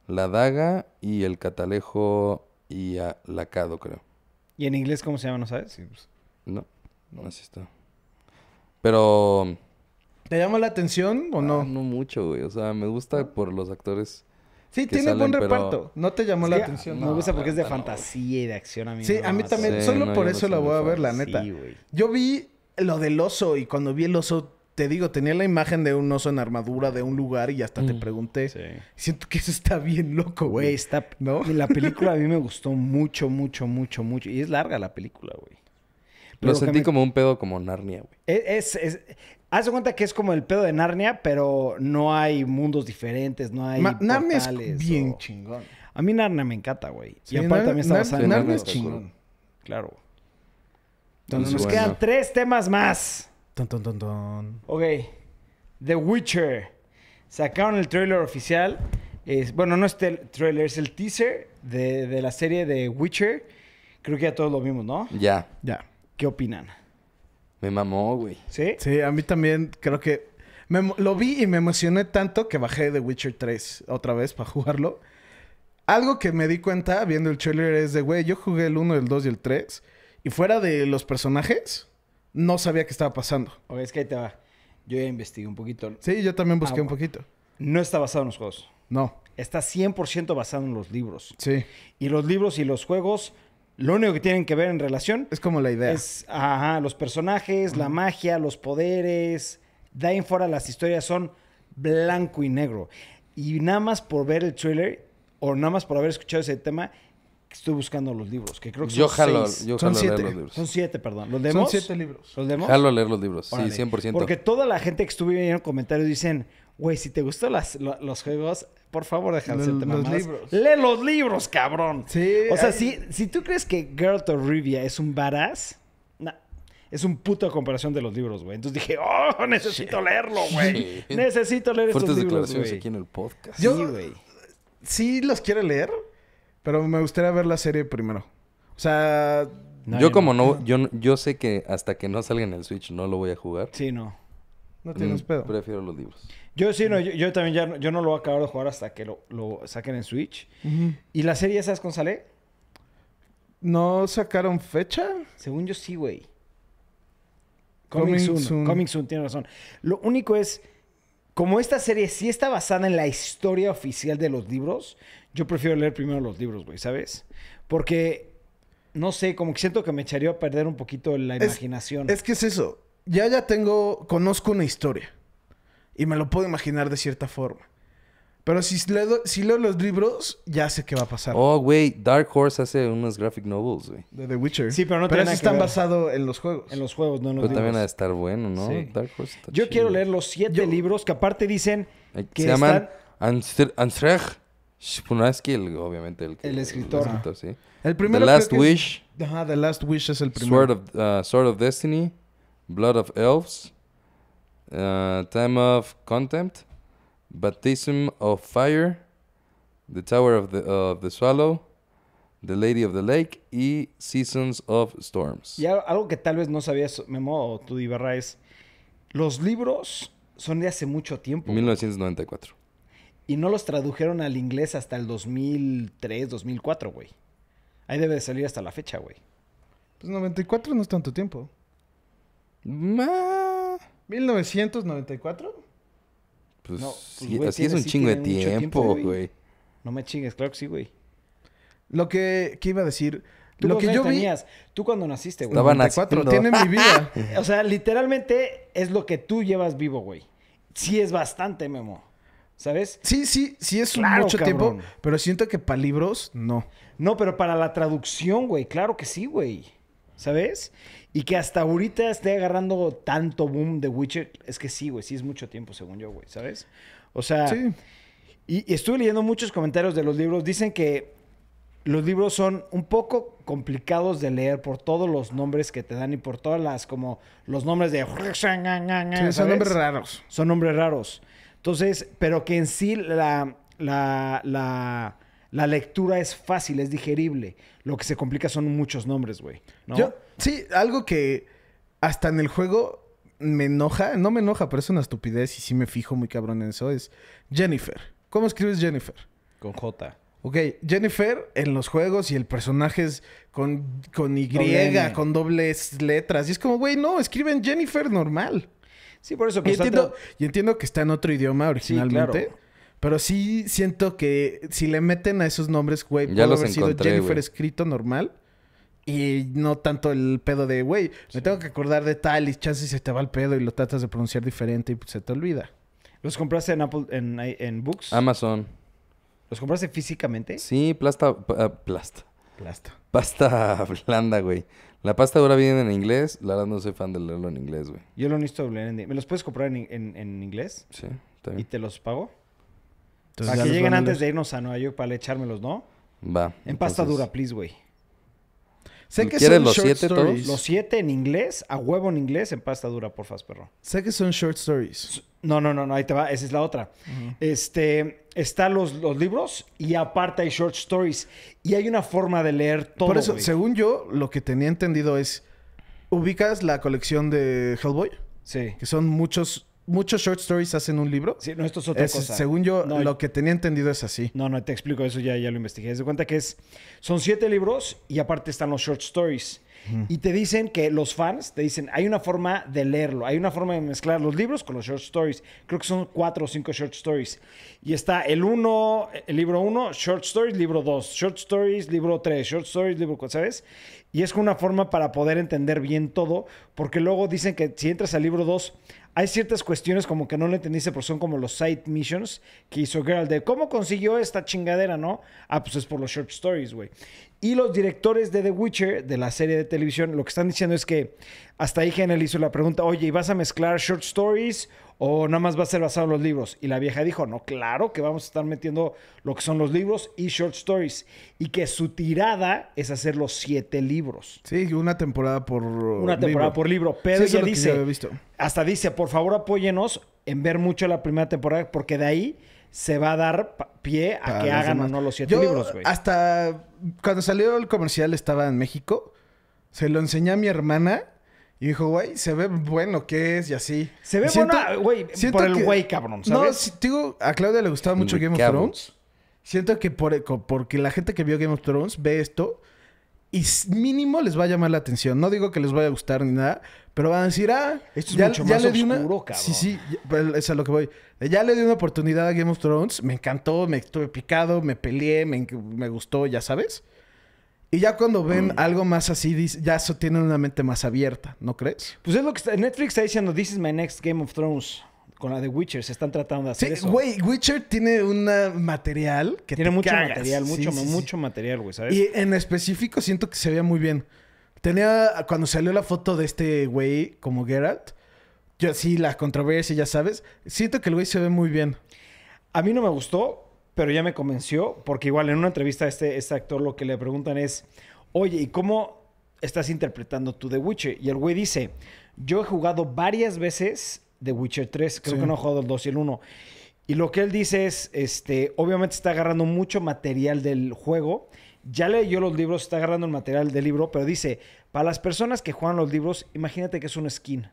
Speaker 2: La Daga y El Catalejo y a- Lacado, creo.
Speaker 1: ¿Y en inglés cómo se llama? ¿No sabes?
Speaker 2: No, no es esto. Pero...
Speaker 3: ¿Te llama la atención o no?
Speaker 2: ah, no mucho, güey. O sea, me
Speaker 1: Ah.
Speaker 2: gusta por los actores.
Speaker 3: sí,
Speaker 2: que
Speaker 3: tiene
Speaker 2: salen,
Speaker 3: buen
Speaker 2: pero-
Speaker 3: reparto. No te llamó
Speaker 1: Sí,
Speaker 3: la atención.
Speaker 1: Me
Speaker 2: No,
Speaker 1: gusta porque es de
Speaker 2: la neta no, güey.
Speaker 1: fantasía y de acción a mí.
Speaker 3: Sí,
Speaker 1: ah, no
Speaker 3: a mí
Speaker 1: más.
Speaker 3: también.
Speaker 2: Sí,
Speaker 3: Solo
Speaker 2: no, yo
Speaker 3: por
Speaker 2: no
Speaker 3: eso
Speaker 2: soy
Speaker 3: la
Speaker 2: muy
Speaker 3: voy a
Speaker 2: fan.
Speaker 3: ver, la
Speaker 1: Sí,
Speaker 3: neta.
Speaker 1: güey.
Speaker 3: Yo vi lo del oso y cuando vi el oso, te digo, tenía la imagen de un oso en armadura de un lugar y hasta te pregunté.
Speaker 1: Sí.
Speaker 3: Siento que eso está bien loco,
Speaker 1: Güey,
Speaker 3: güey.
Speaker 1: está...
Speaker 3: ¿No?
Speaker 1: y La película a mí me gustó mucho, mucho, mucho, mucho. Y es larga la película, güey. Pero
Speaker 2: Lo
Speaker 1: que
Speaker 2: sentí
Speaker 1: me-
Speaker 2: como un pedo como Narnia, güey.
Speaker 1: Es, es, es- Haz de cuenta que es como el pedo de Narnia, pero no hay mundos diferentes, no hay
Speaker 3: Ma- Narnia es
Speaker 1: portales
Speaker 3: bien
Speaker 1: o-
Speaker 3: chingón.
Speaker 1: A mí Narnia me encanta, güey.
Speaker 3: Sí,
Speaker 1: y aparte
Speaker 3: Nar-
Speaker 1: también está
Speaker 3: Nar-
Speaker 1: basada en
Speaker 2: Sí,
Speaker 3: Narnia
Speaker 1: libros.
Speaker 3: es chingón.
Speaker 1: Claro.
Speaker 3: Entonces,
Speaker 1: Nos
Speaker 2: Bueno.
Speaker 1: quedan tres temas más.
Speaker 3: Ton, ton, ton, ton.
Speaker 1: Ok. The Witcher. Sacaron el tráiler oficial. Es, bueno, no es el trailer, es el teaser de, de la serie de Witcher. Creo que ya todos lo vimos, ¿no?
Speaker 2: Ya,
Speaker 3: Ya.
Speaker 1: ¿Qué opinan?
Speaker 2: me mamó, güey.
Speaker 1: ¿Sí?
Speaker 3: Sí, a mí también creo que... me emo- lo vi y me emocioné tanto que bajé The Witcher 3 otra vez para jugarlo. Algo que me di cuenta viendo el trailer es de, güey, yo jugué el 1, el 2 y el 3. Y fuera de los personajes, no sabía qué estaba pasando.
Speaker 1: Ok, es que ahí te va. Yo ya investigué un poquito.
Speaker 3: Sí, yo también busqué
Speaker 1: Ah,
Speaker 3: un
Speaker 1: bueno.
Speaker 3: poquito.
Speaker 1: No está basado en los juegos.
Speaker 3: No,
Speaker 1: Está 100% basado en los libros.
Speaker 3: sí.
Speaker 1: Y los libros y los juegos, lo único que tienen que ver en relación
Speaker 3: Es como la idea.
Speaker 1: Es, ajá, los personajes, la magia, los poderes. De ahí en fuera las historias son blanco y negro. Y nada más por ver el trailer, o nada más por haber escuchado ese tema, estoy buscando los libros, que creo que
Speaker 2: Yo
Speaker 1: son
Speaker 2: jalo,
Speaker 1: seis.
Speaker 2: yo
Speaker 3: Son
Speaker 2: jalo leer
Speaker 3: siete.
Speaker 2: los libros.
Speaker 1: Son siete, perdón. ¿Los
Speaker 3: Son
Speaker 1: demos?
Speaker 3: siete libros.
Speaker 1: ¿Los demos?
Speaker 2: Jalo leer los libros,
Speaker 1: Órale.
Speaker 2: sí, 100%.
Speaker 1: Porque toda la gente que estuvo en comentarios dicen, güey, si te gustó las, lo- los juegos, por favor, deja de
Speaker 3: Lo-
Speaker 1: hacerte
Speaker 3: los
Speaker 1: mamadas.
Speaker 3: libros.
Speaker 1: Lee los libros, cabrón.
Speaker 3: Sí,
Speaker 1: O sea,
Speaker 3: hay-
Speaker 1: si, si tú crees que Geralt of Rivia es un badass, nah, es un puto a comparación de los libros, güey. Entonces dije, oh, necesito leerlo, güey.
Speaker 2: Shit.
Speaker 1: Necesito leer
Speaker 2: Fuertes
Speaker 1: estos libros,
Speaker 2: declaraciones
Speaker 1: güey.
Speaker 2: aquí en el podcast.
Speaker 3: Yo-
Speaker 1: Sí, güey.
Speaker 3: Sí los quiero leer, pero me gustaría ver la serie primero. O sea,
Speaker 1: No,
Speaker 2: yo como no, yo, no- yo sé que hasta que no salga en el Switch no lo voy a jugar.
Speaker 1: Sí, no.
Speaker 3: no tienes
Speaker 2: Mm,
Speaker 3: pedo.
Speaker 2: Prefiero los libros.
Speaker 1: Yo sí, no, yo, yo también ya no- yo no lo voy a acabar de jugar hasta que lo, lo saquen en Switch.
Speaker 3: Ujú.
Speaker 1: ¿Y la serie esa es con Saleh?
Speaker 3: ¿No sacaron fecha?
Speaker 1: Según yo sí, güey.
Speaker 3: Coming
Speaker 1: Coming, soon.
Speaker 3: soon.
Speaker 1: Coming soon, tiene razón. Lo único es, como esta serie sí está basada en la historia oficial de los libros, yo prefiero leer primero los libros, güey, ¿sabes? Porque, no sé, como que siento que me echaría a perder un poquito la
Speaker 3: Es-
Speaker 1: imaginación.
Speaker 3: Es que es eso. Ya ya tengo, conozco una historia. Y me lo puedo imaginar de cierta forma. Pero si leo, si leo los libros, ya sé qué va a pasar.
Speaker 2: Oh, güey, Dark Horse hace unos graphic novels, güey.
Speaker 3: De The Witcher.
Speaker 1: Sí, pero no
Speaker 3: Pero
Speaker 1: tiene nada
Speaker 3: eso
Speaker 1: que
Speaker 3: está
Speaker 1: ver.
Speaker 3: basado en los juegos.
Speaker 1: en los juegos, no en los
Speaker 2: Pero también
Speaker 1: libros.
Speaker 2: ha de estar bueno, ¿no?
Speaker 1: Sí.
Speaker 2: Dark Horse está
Speaker 1: Yo
Speaker 2: chido.
Speaker 1: quiero leer los siete
Speaker 3: Yo-
Speaker 1: libros que aparte dicen
Speaker 2: Eh,
Speaker 1: que
Speaker 2: Se llaman
Speaker 1: están-
Speaker 2: Anstr- Anstrech Shpunansky, el- obviamente el, que-
Speaker 1: El escritor.
Speaker 2: sí.
Speaker 3: El primero
Speaker 2: The Last
Speaker 3: creo que es-
Speaker 2: Wish,
Speaker 3: Ajá, The Last Wish es el primero.
Speaker 2: Sword of, uh, Sword of Destiny, Blood of Elves, uh, Time of Contempt, Baptism of Fire, The Tower of the, of the Swallow, The Lady of the Lake y Seasons of Storms.
Speaker 1: Y al- algo que tal vez no sabías, Memo o tú, Ibarra, es los libros son de hace mucho tiempo.
Speaker 2: 1994.
Speaker 1: Y no los tradujeron al inglés hasta el 2003, 2004, güey. Ahí debe de salir hasta la fecha, güey.
Speaker 3: Pues 94 no es tanto tiempo.
Speaker 2: Ma-
Speaker 3: 1994.
Speaker 2: Pues,
Speaker 1: No, pues,
Speaker 2: sí,
Speaker 1: güey,
Speaker 2: así es
Speaker 1: tiene-
Speaker 2: un
Speaker 1: sí
Speaker 2: chingo de
Speaker 1: tiene mucho
Speaker 2: tiempo,
Speaker 1: tiempo, güey.
Speaker 2: güey.
Speaker 1: No me chingues, claro que sí, güey.
Speaker 3: Lo que, ¿qué iba a decir?
Speaker 1: ¿Tú
Speaker 3: Lo
Speaker 1: cuántos
Speaker 3: que yo
Speaker 1: años
Speaker 3: vi...
Speaker 1: tenías? Tú cuando naciste, güey.
Speaker 2: Estaba
Speaker 3: 94,
Speaker 2: naciendo.
Speaker 3: tiene mi vida.
Speaker 1: O sea, literalmente es lo que tú llevas vivo, güey. Sí es bastante, Memo. ¿Sabes?
Speaker 3: Sí, sí, sí es un
Speaker 1: Claro,
Speaker 3: mucho
Speaker 1: cabrón.
Speaker 3: tiempo, pero siento que para libros, no.
Speaker 1: No, pero para la traducción, güey, claro que sí, güey. ¿Sabes? Y que hasta ahorita esté agarrando tanto boom de Witcher, es que sí, güey, sí es mucho tiempo, según yo, güey, ¿sabes? O sea,
Speaker 3: Sí.
Speaker 1: y, y estuve leyendo muchos comentarios de los libros, dicen que los libros son un poco complicados de leer por todos los nombres que te dan y por todas las, como los nombres de...
Speaker 3: Sí, son
Speaker 1: Ah, ¿sabes?
Speaker 3: nombres raros.
Speaker 1: son nombres raros. Entonces, pero que en sí la, la, la, la lectura es fácil, es digerible. Lo que se complica son muchos nombres, güey. ¿no?
Speaker 3: Yo, sí, algo que hasta en el juego me enoja, no me enoja, pero es una estupidez y sí me fijo muy cabrón en eso, es Jennifer. ¿Cómo escribes Jennifer?
Speaker 1: Con J.
Speaker 3: Ok, Jennifer en los juegos y el personaje es con, con Y,
Speaker 1: Doble N.
Speaker 3: con dobles letras. Y es como, güey, no, escriben Jennifer normal.
Speaker 1: Sí, por eso.
Speaker 3: Y
Speaker 1: pues,
Speaker 3: entiendo,
Speaker 1: otra-
Speaker 3: y entiendo que está en otro idioma originalmente.
Speaker 1: claro.
Speaker 3: Pero sí siento que si le meten a esos nombres, güey,
Speaker 2: Ya
Speaker 3: pudo
Speaker 2: los
Speaker 3: haber sido
Speaker 2: encontré,
Speaker 3: Jennifer
Speaker 2: güey.
Speaker 3: escrito normal. Y no tanto el pedo de, güey, me tengo que acordar de tal y chance se te va el pedo y lo tratas de pronunciar diferente y pues, se te olvida.
Speaker 1: ¿Los compraste en Apple, en, en Books?
Speaker 2: Amazon.
Speaker 1: ¿Los compraste físicamente?
Speaker 2: Sí, plasta. pa- ah, plasta.
Speaker 3: Plasta.
Speaker 2: Pasta blanda, güey. La pasta ahora viene en inglés. La verdad no soy fan de leerlo en inglés, güey.
Speaker 1: Yo lo necesito leer en... ¿Me los puedes comprar en, en- en inglés?
Speaker 2: Sí, está
Speaker 1: ¿Y
Speaker 2: bien.
Speaker 1: te los pago?
Speaker 3: Entonces,
Speaker 1: para
Speaker 3: ya
Speaker 1: que
Speaker 3: los
Speaker 1: lleguen
Speaker 3: van a
Speaker 1: antes
Speaker 3: leer.
Speaker 1: de irnos a Nueva York para echármelos, ¿no?
Speaker 2: Va.
Speaker 1: En pasta
Speaker 2: entonces,
Speaker 1: dura, please, güey.
Speaker 3: Sé que
Speaker 2: ¿Quieres
Speaker 3: son
Speaker 2: los
Speaker 3: short
Speaker 2: siete todos?
Speaker 3: stories.
Speaker 1: Los siete en inglés, a huevo en inglés, en pasta dura, porfas, perro.
Speaker 3: Sé que son short stories.
Speaker 1: No, no, no, no, ahí te va, esa es la otra. Este, están los, los libros y aparte hay short stories. Y hay una forma de leer todo.
Speaker 3: Por eso,
Speaker 1: güey.
Speaker 3: según yo, lo que tenía entendido es... ¿Ubicas la colección de Hellboy?
Speaker 1: Sí.
Speaker 3: Que son muchos... Muchos short stories hacen un libro.
Speaker 1: Sí, no, esto es otra
Speaker 3: Ese,
Speaker 1: cosa.
Speaker 3: Según yo,
Speaker 1: No,
Speaker 3: lo que tenía entendido es así.
Speaker 1: No, no, te explico, eso ya, ya lo investigué. Haz de cuenta que es, son siete libros y aparte están los short stories. Y te dicen que los fans, te dicen, hay una forma de leerlo, hay una forma de mezclar los libros con los short stories. Creo que son cuatro o cinco short stories. Y está el uno, el libro uno, short stories, libro dos, short stories, libro tres, short stories, libro cu- ¿sabes? Y es como una forma para poder entender bien todo, porque luego dicen que si entras al libro 2, hay ciertas cuestiones como que no le entendiste, porque son como los side missions que hizo Geralt de cómo consiguió esta chingadera, ¿no? Ah, pues es por los short stories, güey. Y los directores de The Witcher, de la serie de televisión, lo que están diciendo es que hasta ahí Genel hizo la pregunta, oye, ¿y vas a mezclar short stories o nada más va a ser basado en los libros? Y la vieja dijo, no, claro que vamos a estar metiendo lo que son los libros y short stories. Y que su tirada es hacer los siete libros.
Speaker 3: Sí, una temporada por
Speaker 1: Una temporada por libro. Pero
Speaker 3: Sí, eso
Speaker 1: ya
Speaker 3: es lo que
Speaker 1: dice,
Speaker 3: yo había visto.
Speaker 1: hasta dice, por favor apóyenos en ver mucho la primera temporada, porque de ahí se va a dar pa- pie a que hagan o no los siete
Speaker 3: Yo,
Speaker 1: libros, güey.
Speaker 3: Hasta cuando salió el comercial estaba en México. Se lo enseñé a mi hermana y dijo, güey, se ve bueno que es y así.
Speaker 1: Se ve
Speaker 3: Y siento-
Speaker 1: buena, güey,
Speaker 3: siento
Speaker 1: por el
Speaker 3: que-
Speaker 1: güey, cabrón, ¿sabes?
Speaker 3: No, si- digo, a Claudia le gustaba mucho
Speaker 2: Henry
Speaker 3: Game of
Speaker 2: Cavill.
Speaker 3: Thrones. Siento que por, co- porque la gente que vio Game of Thrones ve esto y s- mínimo les va a llamar la atención. No digo que les vaya a gustar ni nada, pero van a decir, ah,
Speaker 1: Esto es mucho más oscuro, cabrón.
Speaker 3: Sí, sí, ya- pero es a lo que voy. Ya le di una oportunidad a Game of Thrones, me encantó, me estuve picado, me peleé, me, enc- me gustó, ya sabes. Y ya cuando
Speaker 1: Mm.
Speaker 3: ven algo más así, dice- ya so- tienen una mente más abierta, ¿no crees?
Speaker 1: Pues es lo que está- Netflix está diciendo, this is my next Game of Thrones. Con la de Witcher, se están tratando de
Speaker 3: Sí,
Speaker 1: hacer eso.
Speaker 3: güey, Witcher tiene un material que
Speaker 1: Tiene
Speaker 3: te
Speaker 1: mucho
Speaker 3: cagas.
Speaker 1: material,
Speaker 3: Sí,
Speaker 1: mucho,
Speaker 3: sí, sí.
Speaker 1: mucho material, güey, ¿sabes?
Speaker 3: Y en específico siento que se veía muy bien. Tenía, cuando salió la foto de este güey como Geralt, yo sí, la controversia, ya sabes, siento que el güey se ve muy bien.
Speaker 1: A mí no me gustó, pero ya me convenció, porque igual en una entrevista a este, este actor lo que le preguntan es, oye, ¿y cómo estás interpretando tú The Witcher? Y el güey dice, yo he jugado varias veces The Witcher 3, creo
Speaker 3: Sí.
Speaker 1: que no he jugado el 2 y el 1. Y lo que él dice es, este, obviamente está agarrando mucho material del juego. Ya leyó los libros, está agarrando el material del libro, pero dice, para las personas que juegan los libros, imagínate que es un skin.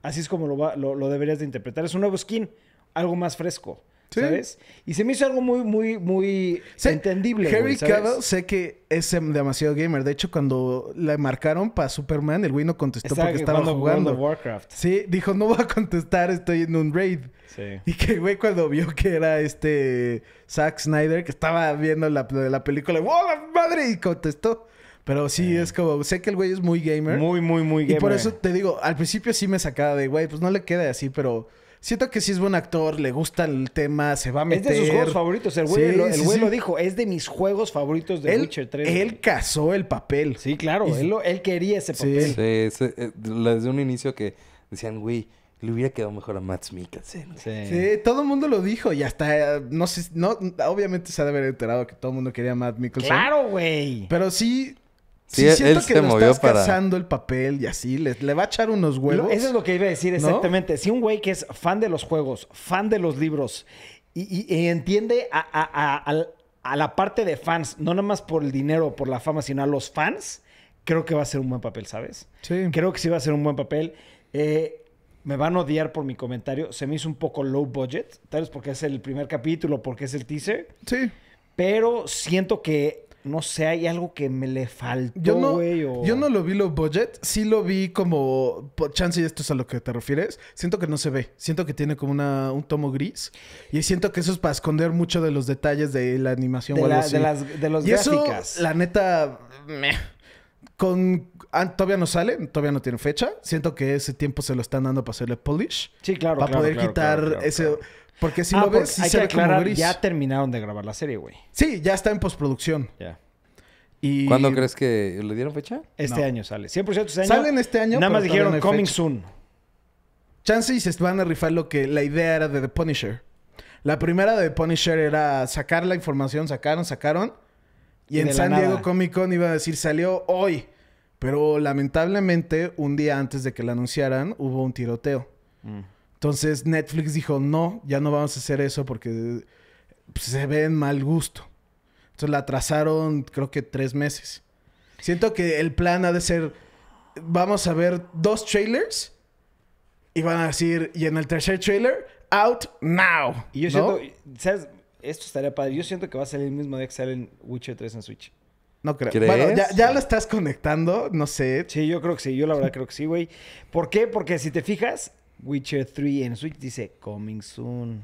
Speaker 1: Así es como lo, va- lo, lo deberías de interpretar. Es un nuevo skin, algo más fresco.
Speaker 3: Sí.
Speaker 1: ¿Sabes? Y se me hizo algo muy, muy, muy
Speaker 3: Sí,
Speaker 1: entendible. güey,
Speaker 3: Henry
Speaker 1: ¿sabes?
Speaker 3: Cavill sé que es em, demasiado gamer. De hecho, cuando le marcaron para Superman, el güey no contestó
Speaker 1: Estaba
Speaker 3: porque estaba
Speaker 1: jugando
Speaker 3: jugando.
Speaker 1: World of Warcraft.
Speaker 3: Sí, dijo, no voy a contestar, estoy en un raid.
Speaker 1: Sí.
Speaker 3: Y que el güey cuando vio que era este Zack Snyder, que estaba viendo la, la película, ¡wow, la madre! Y contestó. Pero sí, es como, sé que el güey es muy gamer.
Speaker 1: Eh. Muy, muy, muy
Speaker 3: Y por
Speaker 1: gamer.
Speaker 3: eso te digo, al principio sí me sacaba de, güey, pues no le queda así, pero siento que sí es buen actor, le gusta el tema, se va a
Speaker 1: Es
Speaker 3: meter.
Speaker 1: de sus juegos favoritos. El güey,
Speaker 3: Sí,
Speaker 1: lo, el
Speaker 3: sí,
Speaker 1: güey
Speaker 3: sí.
Speaker 1: lo dijo. Es de mis juegos favoritos de
Speaker 3: él,
Speaker 1: Witcher 3.
Speaker 3: Él
Speaker 1: güey.
Speaker 3: cazó el papel.
Speaker 1: Sí, claro.
Speaker 3: Y-
Speaker 1: Él, lo- él quería ese
Speaker 3: Sí.
Speaker 1: papel.
Speaker 2: Sí, ese, eh, la- desde un inicio que decían, güey, le hubiera quedado mejor a Matt Mikkelsen. güey".
Speaker 1: Sí.
Speaker 3: Sí, todo el mundo lo dijo y hasta, eh, no sé, no, obviamente se ha de haber enterado que todo el mundo quería a Matt Mikkelsen.
Speaker 1: Claro, güey.
Speaker 3: Pero sí,
Speaker 2: Sí,
Speaker 3: sí,
Speaker 2: él-
Speaker 3: siento
Speaker 2: él
Speaker 3: que
Speaker 2: se
Speaker 3: lo
Speaker 2: movió
Speaker 3: estás
Speaker 2: para-
Speaker 3: cazando el papel y así, le, le va a echar unos
Speaker 1: Lo-
Speaker 3: huevos.
Speaker 1: Eso es lo que iba a decir,
Speaker 3: ¿No?
Speaker 1: exactamente. Si un güey que es fan de los juegos, fan de los libros y, y- y entiende a, a- a- al- a la parte de fans, no nada más por el dinero, por la fama, sino a los fans, creo que va a ser un buen papel, ¿sabes?
Speaker 3: Sí.
Speaker 1: Creo que sí va a ser un buen papel. Eh, me van a odiar por mi comentario. Se me hizo un poco low budget, tal vez porque es el primer capítulo, porque es el teaser,
Speaker 3: Sí.
Speaker 1: pero siento que, no sé, hay algo que me le faltó,
Speaker 3: Yo no,
Speaker 1: güey, o-
Speaker 3: yo no lo vi low budget, sí lo vi como po- chance y esto es a lo que te refieres. Siento que no se ve, siento que tiene como una, un tomo gris y siento que eso es para esconder mucho de los detalles de la animación
Speaker 1: de,
Speaker 3: o algo
Speaker 1: la-
Speaker 3: así.
Speaker 1: de las, de los
Speaker 3: y eso,
Speaker 1: gráficas.
Speaker 3: la neta, meh. con ah, todavía no sale, todavía no tiene fecha. Siento que ese tiempo se lo están dando para hacerle polish.
Speaker 1: Sí, claro.
Speaker 3: para
Speaker 1: claro,
Speaker 3: poder
Speaker 1: claro,
Speaker 3: quitar
Speaker 1: claro, claro,
Speaker 3: ese.
Speaker 1: claro.
Speaker 3: Porque si
Speaker 1: Ah,
Speaker 3: lo
Speaker 1: porque
Speaker 3: ves, sí
Speaker 1: hay
Speaker 3: se
Speaker 1: que
Speaker 3: ve como
Speaker 1: aclarar,
Speaker 3: gris.
Speaker 1: ya terminaron de grabar la serie, güey.
Speaker 3: Sí, ya está en postproducción.
Speaker 1: Ya.
Speaker 3: Y...
Speaker 2: ¿Cuándo crees que le dieron fecha?
Speaker 1: Este
Speaker 3: No.
Speaker 1: año sale. 100% este año.
Speaker 3: Salen este
Speaker 1: Nada
Speaker 3: año, pero
Speaker 1: más
Speaker 3: todavía
Speaker 1: dijeron
Speaker 3: no hay
Speaker 1: coming
Speaker 3: fecha".
Speaker 1: soon.
Speaker 3: Chance y se van a rifar lo que la idea era de The Punisher. La primera de The Punisher era sacar la información, sacaron, sacaron. Y,
Speaker 1: Y
Speaker 3: en
Speaker 1: de la
Speaker 3: San Diego
Speaker 1: nada.
Speaker 3: Comic Con iba a decir salió hoy. Pero lamentablemente, un día antes de que la anunciaran, hubo un tiroteo.
Speaker 1: Mm.
Speaker 3: Entonces Netflix dijo, no, ya no vamos a hacer eso porque pues, se ve en mal gusto. Entonces la atrasaron creo que tres meses. Siento que el plan ha de ser, vamos a ver dos trailers y van a decir, y en el tercer trailer, out now.
Speaker 1: Y yo
Speaker 3: ¿No?
Speaker 1: siento, ¿sabes? Esto estaría padre. Yo siento que va a salir el mismo día que salen Witcher 3 en Switch.
Speaker 3: No creo.
Speaker 2: ¿Crees?
Speaker 3: Bueno, ya, ya lo estás conectando, no sé.
Speaker 1: Sí, yo creo que sí. Yo la verdad creo que sí, güey. ¿Por qué? Porque si te fijas, Witcher 3 en Switch dice coming soon.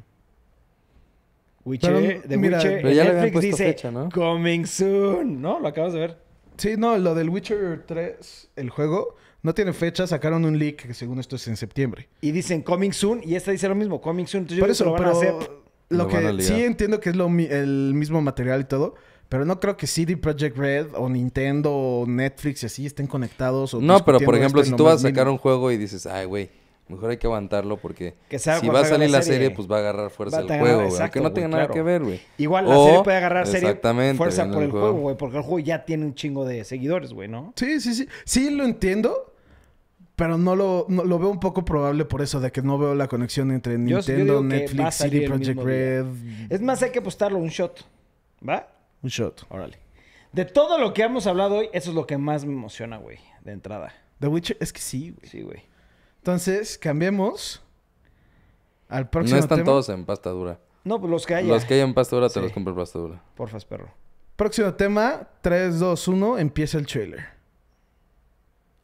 Speaker 1: Witcher,
Speaker 3: Pero,
Speaker 1: The
Speaker 3: mira,
Speaker 1: Witcher
Speaker 2: pero
Speaker 1: en
Speaker 2: ya le habían
Speaker 1: Netflix
Speaker 2: puesto
Speaker 1: dice
Speaker 2: fecha, ¿no?
Speaker 1: coming soon. ¿No? Lo acabas de ver.
Speaker 3: Sí, no, lo del Witcher 3, el juego, no tiene fecha, sacaron un leak que según esto es en septiembre.
Speaker 1: Y dicen coming soon. Y esta dice lo mismo, coming soon. Entonces yo
Speaker 3: Por
Speaker 1: creo que
Speaker 3: eso,
Speaker 1: lo van
Speaker 3: pero
Speaker 1: a hacer.
Speaker 3: lo
Speaker 2: Lo van a
Speaker 3: que
Speaker 2: ligar.
Speaker 3: sí entiendo que es lo mi- el mismo material y todo, pero no creo que CD Projekt Red o Nintendo o Netflix y así estén conectados. O
Speaker 2: No, pero por
Speaker 3: discutiendo
Speaker 2: ejemplo,
Speaker 3: esto en
Speaker 2: si
Speaker 3: lo
Speaker 2: tú vas a
Speaker 3: más
Speaker 2: sacar
Speaker 3: mínimo.
Speaker 2: un juego y dices, ay, güey, mejor hay que aguantarlo porque
Speaker 1: Que sea
Speaker 2: si
Speaker 1: cuando
Speaker 2: va a
Speaker 1: salga
Speaker 2: salir
Speaker 1: la
Speaker 2: la serie,
Speaker 1: serie.
Speaker 2: pues va a agarrar fuerza
Speaker 1: Va a
Speaker 2: el
Speaker 1: tener-
Speaker 2: juego, güey.
Speaker 1: exacto,
Speaker 2: Aunque no
Speaker 1: güey,
Speaker 2: tenga nada
Speaker 1: claro.
Speaker 2: que ver, güey.
Speaker 1: Igual la
Speaker 2: O-
Speaker 1: serie puede agarrar serie
Speaker 2: exactamente,
Speaker 1: fuerza
Speaker 2: en
Speaker 1: por el juego, güey, porque el juego ya tiene un chingo de seguidores, güey, ¿no?
Speaker 3: Sí, sí, sí. Sí, lo entiendo, pero no lo, no- lo veo un poco probable por eso, de que no veo la conexión entre
Speaker 1: Yo- yo
Speaker 3: Nintendo,
Speaker 1: digo que va a
Speaker 3: Netflix,
Speaker 1: salir
Speaker 3: CD
Speaker 1: el
Speaker 3: Projekt
Speaker 1: mismo día.
Speaker 3: Red.
Speaker 1: Es más, hay que apostarlo un shot. ¿Va?
Speaker 3: Un shot.
Speaker 1: Órale. De todo lo que hemos hablado hoy, eso es lo que más me emociona, güey, de entrada.
Speaker 3: The Witcher, es que sí, güey.
Speaker 1: Sí, güey.
Speaker 3: Entonces, cambiemos al próximo
Speaker 2: No están
Speaker 3: tema.
Speaker 2: todos en pasta dura.
Speaker 1: No, pues los
Speaker 3: Ah,
Speaker 1: que haya.
Speaker 2: Los que hayan pasta dura,
Speaker 1: Sí.
Speaker 2: te los compro en pasta dura.
Speaker 1: Porfas, perro.
Speaker 3: Próximo tema, 3, 2, 1, empieza el trailer.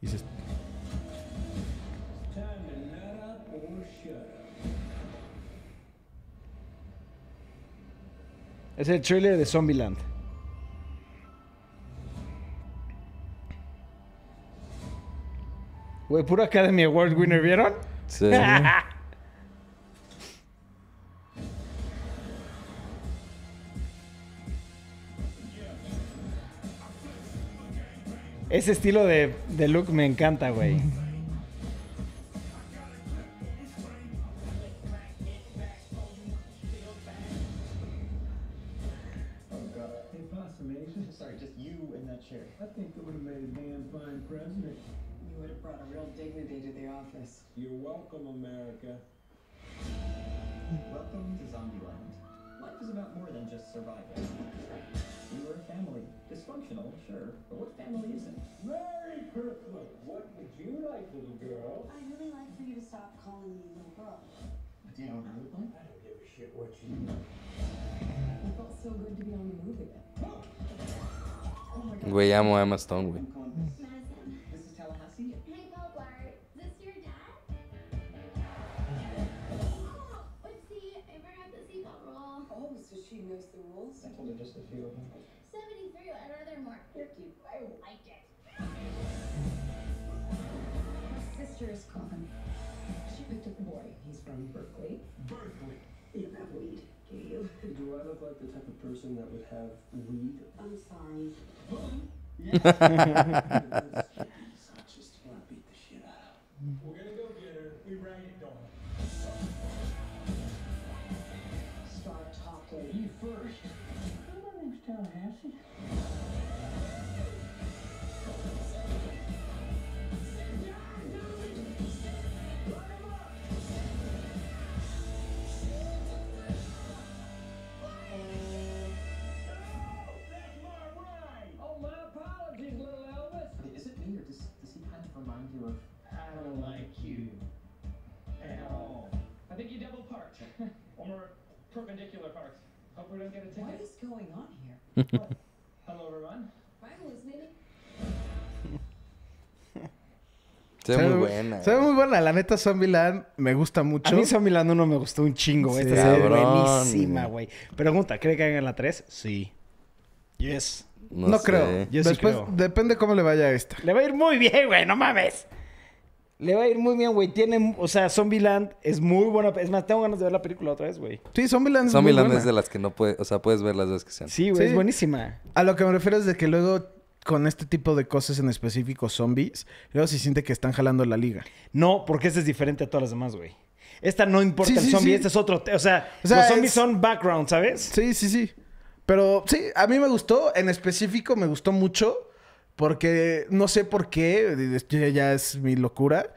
Speaker 3: Y se-
Speaker 1: Es el trailer de Zombieland. Güey, puro Academy Award winner, ¿vieron?
Speaker 2: Sí.
Speaker 1: Ese estilo de, de look me encanta, güey.
Speaker 9: Hey, boss, amazing. Oh, Sorry, just you in that chair. I think it would have made a damn fine president.
Speaker 5: You would have brought a real dignity to the office.
Speaker 9: You're welcome, America. Welcome to Zombieland. Life is about more than just survival. We were a family. Dysfunctional, sure, but what family isn't? Merry Christmas! What would you like, little girl?
Speaker 7: I'd really like for you to stop calling me little
Speaker 9: I
Speaker 7: girl.
Speaker 6: down, Logan.
Speaker 5: I don't give a shit what you do. It felt so good to be on the move again.
Speaker 2: Güey, amo a Emma Stone, güey.
Speaker 7: Madison.
Speaker 5: This is Tallahassee.
Speaker 7: Hey, Paul Blart. Is this your dad? Oh, oopsie. I forgot the seatbelt rule.
Speaker 5: Oh, so she knows the rules? I told her just a few of them.
Speaker 7: 73. I'd rather more.
Speaker 5: You're cute. I
Speaker 7: Like it.
Speaker 5: My sister is calling. She picked up the boy. He's from Berkeley.
Speaker 9: Berkeley.
Speaker 5: You have weed, do you?
Speaker 9: Do I look like the type of person that would have weed?
Speaker 5: I'm sorry.
Speaker 9: Yes. I just want to beat the shit out of We're going to go get her. We rang it, do
Speaker 5: Start talking. You first. My name's Tallahassee.
Speaker 9: Oh, my apologies, little Elvis.
Speaker 5: Is it me or does, does he kind of remind you of
Speaker 9: I don't like you at all. I think you double parked. or perpendicular parked. Hope we don't get a ticket.
Speaker 5: what is going on here?
Speaker 9: Hello, everyone.
Speaker 5: Am I hallucinating?
Speaker 2: Está muy buena.
Speaker 3: Se ve muy buena. La neta, Zombieland me gusta
Speaker 1: A
Speaker 3: mucho.
Speaker 1: mí Zombie Land 1 me gustó un chingo, güey. Esta
Speaker 2: Sí.
Speaker 1: serie es
Speaker 2: Cabrón,
Speaker 1: buenísima, güey. Pregunta, ¿cree que hagan la 3? Sí. Yes.
Speaker 3: No, creo.
Speaker 1: Yo sí
Speaker 3: Después,
Speaker 1: creo.
Speaker 3: depende cómo le vaya a esta.
Speaker 1: Le va a ir muy bien, güey, no mames. Le va a ir muy bien, güey. Tiene, o sea, Zombieland es muy buena. Es más, tengo ganas de ver la película otra vez, güey.
Speaker 3: Sí, Zombieland es muy
Speaker 2: Zombieland
Speaker 3: buena.
Speaker 2: es de las que no puedes, o sea, puedes ver las veces que sean.
Speaker 1: Sí, güey, es
Speaker 3: Sí.
Speaker 1: buenísima.
Speaker 3: A lo que me refiero es de que luego con este tipo de cosas en específico zombies, luego se siente que están jalando la liga.
Speaker 1: No, porque esta es diferente a todas las demás, güey. Esta no importa
Speaker 3: Sí,
Speaker 1: el
Speaker 3: sí,
Speaker 1: zombie,
Speaker 3: sí.
Speaker 1: este es otro. te- O sea,
Speaker 3: O sea,
Speaker 1: los zombies
Speaker 3: es-
Speaker 1: son background, ¿sabes?
Speaker 3: Sí, sí, sí. Pero sí, a mí me gustó, en específico me gustó mucho, porque no sé por qué, esto ya- ya es mi locura.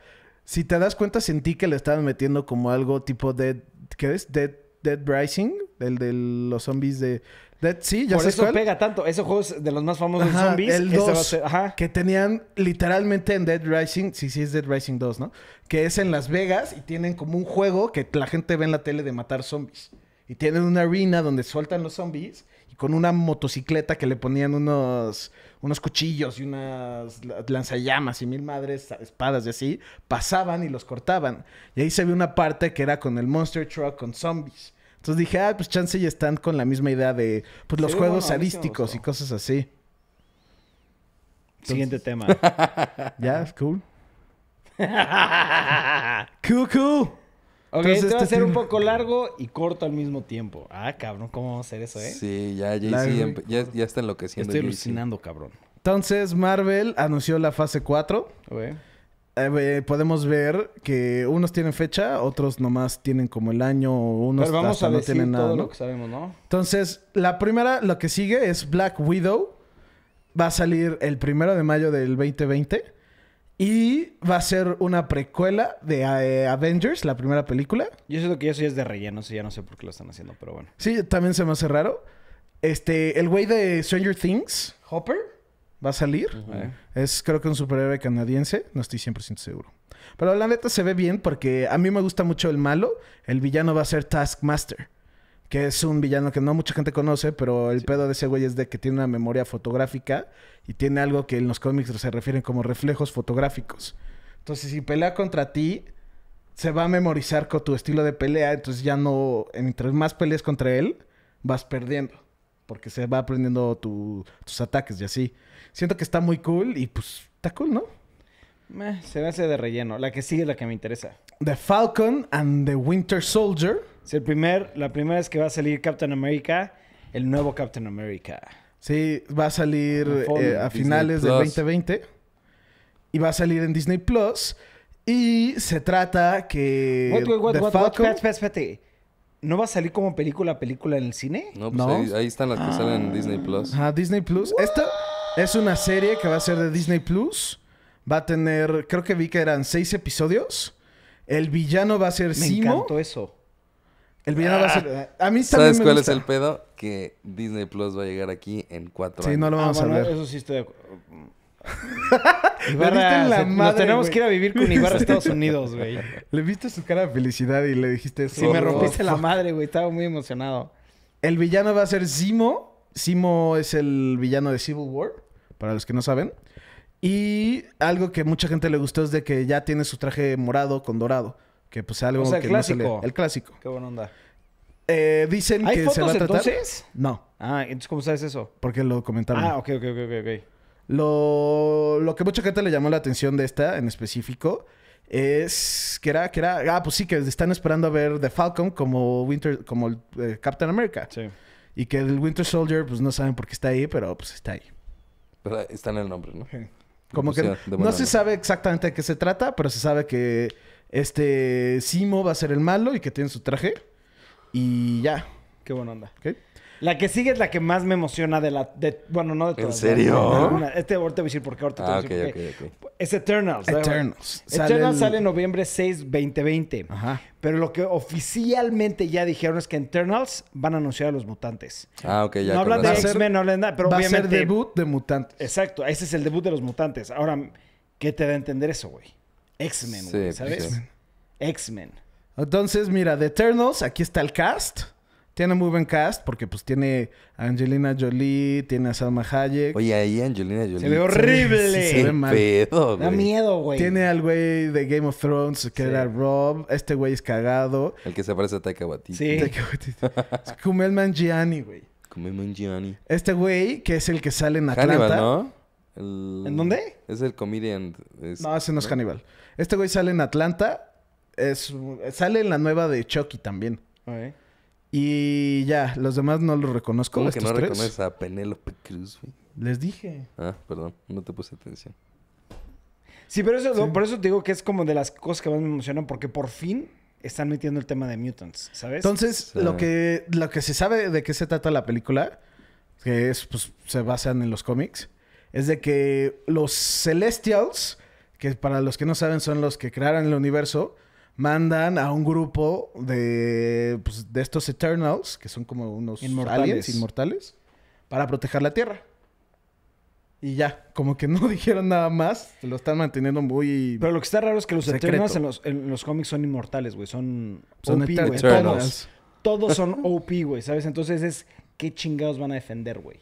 Speaker 3: Si te das cuenta, sentí que le estaban metiendo como algo tipo Dead, ¿qué es? Dead, Dead Rising, el de los zombies de... Dead, sí, ya
Speaker 1: Por
Speaker 3: sabes
Speaker 1: eso
Speaker 3: cuál?
Speaker 1: pega tanto. Ese juego es de los más famosos de
Speaker 3: Ajá,
Speaker 1: zombies.
Speaker 3: El
Speaker 1: Este va a
Speaker 3: 2.
Speaker 1: ser- ajá.
Speaker 3: Que tenían literalmente en Dead Rising. Sí, sí, es Dead Rising 2, ¿no? Que es en Las Vegas y tienen como un juego que la gente ve en la tele de matar zombies. Y tienen una arena donde sueltan los zombies y con una motocicleta que le ponían unos, unos cuchillos y unas la- lanzallamas y mil madres, espadas y así, pasaban y los cortaban. Y ahí se vio una parte que era con el Monster Truck con zombies. Entonces dije, ah, pues chance ya están con la misma idea de pues, los
Speaker 1: Sí,
Speaker 3: juegos
Speaker 1: bueno, a mí sí me
Speaker 3: sadísticos y
Speaker 1: gustó.
Speaker 3: cosas así.
Speaker 1: Siguiente tema.
Speaker 3: Ya, es cool. Cool, cool.
Speaker 1: Ok,
Speaker 3: Entonces,
Speaker 1: este va a
Speaker 3: este
Speaker 1: ser un
Speaker 3: tiene-
Speaker 1: poco largo y corto al mismo tiempo. Ah, cabrón, ¿cómo vamos a hacer eso, eh?
Speaker 2: Sí, ya Jay-Z
Speaker 3: La-
Speaker 2: empe- ya, ya está enloqueciendo.
Speaker 1: Estoy
Speaker 2: Jay-Z.
Speaker 1: alucinando, cabrón.
Speaker 3: Entonces, Marvel anunció la fase 4. Eh, eh, podemos ver que unos tienen fecha, otros nomás tienen como el año, o unos
Speaker 1: Pero vamos
Speaker 3: hasta
Speaker 1: a
Speaker 3: no
Speaker 1: decir
Speaker 3: tienen
Speaker 1: todo
Speaker 3: nada.
Speaker 1: lo
Speaker 3: ¿no?
Speaker 1: que sabemos, ¿no?
Speaker 3: Entonces, la primera, lo que sigue es Black Widow. Va a salir el primero de mayo del 2020. Y va a ser una precuela de eh, Avengers, la primera película.
Speaker 1: Yo siento que eso ya es de relleno, eso ya no sé por qué lo están haciendo, pero bueno.
Speaker 3: Sí, también se me hace raro. Este, el güey de Stranger Things, Hopper, va a salir. Es creo que un superhéroe canadiense, no estoy 100% seguro. Pero la neta se ve bien porque a mí me gusta mucho el malo. El villano va a ser Taskmaster, que es un villano que no mucha gente conoce, pero el pedo de ese güey es de que tiene una memoria fotográfica y tiene algo que en los cómics se refieren como reflejos fotográficos. Entonces, si pelea contra ti, se va a memorizar con tu estilo de pelea, entonces ya no, entre más peleas contra él, vas perdiendo, porque se va aprendiendo tu- tus ataques y así. Siento que está muy cool y pues está cool, ¿no?
Speaker 1: Meh, se me hace de relleno. La que sigue es la que me interesa.
Speaker 3: The Falcon and the Winter Soldier.
Speaker 1: Es el primer, la primera es que va a salir Captain America, el nuevo Captain America.
Speaker 3: Sí, va a salir
Speaker 1: Ah, Falcon,
Speaker 3: eh, a
Speaker 2: Disney
Speaker 3: finales del
Speaker 2: Plus.
Speaker 3: 2020 y va a salir en Disney Plus y se trata que
Speaker 1: What, what, what,
Speaker 3: Eh, The
Speaker 1: what, what,
Speaker 3: Falcon
Speaker 1: espérate, espérate, espérate. ¿No va a salir como película película en el cine?
Speaker 2: No, pues
Speaker 3: No. Ah.
Speaker 2: Ahí, ahí están las que salen en Disney Plus.
Speaker 3: Ajá, Disney Plus. Esta es una serie que va a ser de Disney Plus. Va a tener, creo que vi que eran seis episodios. El villano va a ser
Speaker 1: Me
Speaker 3: Simo.
Speaker 1: encantó eso.
Speaker 3: El villano va a ser. A mí también
Speaker 2: ¿Sabes
Speaker 3: me
Speaker 2: cuál
Speaker 3: gusta.
Speaker 2: es el pedo? Que Disney Plus va a llegar aquí en cuatro
Speaker 3: Sí,
Speaker 2: años.
Speaker 3: no lo
Speaker 1: Ah,
Speaker 3: vamos
Speaker 1: bueno,
Speaker 3: a ver.
Speaker 1: eso sí estoy de acuerdo.
Speaker 3: Le diste
Speaker 1: Ibarra,
Speaker 3: en la
Speaker 1: se- nos
Speaker 3: madre,
Speaker 1: tenemos
Speaker 3: güey.
Speaker 1: que ir a vivir con Ibarra a Estados Unidos, güey.
Speaker 3: Le viste su cara de felicidad y le dijiste eso.
Speaker 1: Si me
Speaker 3: Oh,
Speaker 1: rompiste la
Speaker 3: fuck.
Speaker 1: madre, güey. Estaba muy emocionado.
Speaker 3: El villano va a ser Simo. Simo es el villano de Civil War, para los que no saben. Y algo que mucha gente le gustó es de que ya tiene su traje morado con dorado. Que pues algo
Speaker 1: O sea, el
Speaker 3: que no se le-
Speaker 1: clásico.
Speaker 3: el clásico.
Speaker 1: Qué buena onda.
Speaker 3: Eh, dicen
Speaker 1: ¿Hay
Speaker 3: que se va
Speaker 1: fotos
Speaker 3: a tratar.
Speaker 1: entonces?
Speaker 3: No,
Speaker 1: Ah, entonces, ¿cómo sabes eso?
Speaker 3: porque lo comentaron.
Speaker 1: Ah, ok, ok, ok, ok, ok.
Speaker 3: Lo, lo que mucha gente le llamó la atención de esta en específico es que era, que era, ah, pues sí, que están esperando a ver The Falcon como Winter, como el, eh, Captain America.
Speaker 1: Sí.
Speaker 3: Y que el Winter Soldier, pues no saben por qué está ahí, pero pues está ahí.
Speaker 2: Pero está en el nombre, ¿no?
Speaker 3: Como
Speaker 2: Pues
Speaker 3: que
Speaker 2: ya, de
Speaker 3: no
Speaker 2: buena
Speaker 3: se
Speaker 2: onda.
Speaker 3: sabe exactamente de qué se trata, pero se sabe que este Simo va a ser el malo y que tiene su traje. Y ya.
Speaker 1: Qué buena onda.
Speaker 3: ¿ok?
Speaker 1: La que sigue es la que más me emociona de la... de- bueno, no de
Speaker 2: ¿En
Speaker 1: todas.
Speaker 2: serio?
Speaker 1: de alguna. Este ahorita te voy a decir por qué. Ahorita te
Speaker 2: Ah,
Speaker 1: voy a
Speaker 2: ok,
Speaker 1: decir por qué.
Speaker 2: ok, ok.
Speaker 1: Es Eternals. da igual.
Speaker 3: Eternals.
Speaker 1: Eternals
Speaker 3: el-
Speaker 1: sale en noviembre 6, 2020.
Speaker 3: Ajá.
Speaker 1: Pero lo que oficialmente ya dijeron es que en Eternals van a anunciar a los mutantes.
Speaker 2: Ah, ok, ya.
Speaker 1: no
Speaker 2: con
Speaker 1: hablan de
Speaker 3: Va a
Speaker 2: razón.
Speaker 3: ser-
Speaker 1: X-Men, no hablan de nada, pero
Speaker 3: va
Speaker 1: obviamente...
Speaker 3: a ser debut de mutantes.
Speaker 1: Exacto, ese es el debut de los mutantes. Ahora, ¿qué te da a entender eso, güey? X-Men,
Speaker 2: Sí,
Speaker 1: güey,
Speaker 2: pues,
Speaker 1: ¿sabes?
Speaker 2: sí.
Speaker 1: X-Men.
Speaker 3: Entonces, mira, The Eternals, aquí está el cast. Tiene muy buen cast porque pues tiene a Angelina Jolie, tiene a Salma Hayek.
Speaker 2: Oye, ahí Angelina Jolie.
Speaker 1: Se ve horrible.
Speaker 3: sí,
Speaker 2: Qué
Speaker 3: se ve mal.
Speaker 2: pedo,
Speaker 1: Da
Speaker 2: güey.
Speaker 1: miedo, güey.
Speaker 3: Tiene al güey de Game of Thrones que
Speaker 1: Sí.
Speaker 3: era Rob. Este güey es cagado.
Speaker 2: El que se parece a Taika Waititi.
Speaker 1: Sí.
Speaker 3: Te cago en ti. Es Kumail Nanjiani, güey.
Speaker 2: Como Mangiani.
Speaker 3: Este güey que es el que sale en Atlanta.
Speaker 2: Hannibal, ¿no? El-
Speaker 1: ¿En dónde?
Speaker 2: Es el comedian. es-
Speaker 3: No, ese no es Hannibal. Este güey sale en Atlanta. Es, sale en la nueva de Chucky también.
Speaker 1: Ok.
Speaker 3: Y ya, los demás no los reconozco.
Speaker 2: ¿Cómo que
Speaker 3: estos
Speaker 2: no
Speaker 3: tres.
Speaker 2: reconoces a Penélope Cruz, güey?
Speaker 3: Les dije.
Speaker 2: Ah, perdón, no te puse atención.
Speaker 1: Sí, pero eso, por eso te digo que es como de las cosas que más me emocionan, porque por fin están metiendo el tema de mutants, ¿sabes?
Speaker 3: Entonces,
Speaker 2: Sí.
Speaker 3: lo, que, lo que se sabe de qué se trata la película, que es, pues, se basan en los cómics, es de que los Celestials, que para los que no saben son los que crearon el universo, mandan a un grupo de, pues, de estos Eternals, que son como unos
Speaker 1: Inmortales.
Speaker 3: aliens inmortales, para proteger la Tierra. Y ya, como que no dijeron nada más, lo están manteniendo muy...
Speaker 1: pero lo que está raro es que los
Speaker 3: Secreto.
Speaker 1: Eternals en los, en los cómics son inmortales, güey. Son,
Speaker 3: son
Speaker 1: OP, güey.
Speaker 2: Eternals.
Speaker 1: Todos, todos son OP, güey, ¿sabes? Entonces es qué chingados van a defender, güey.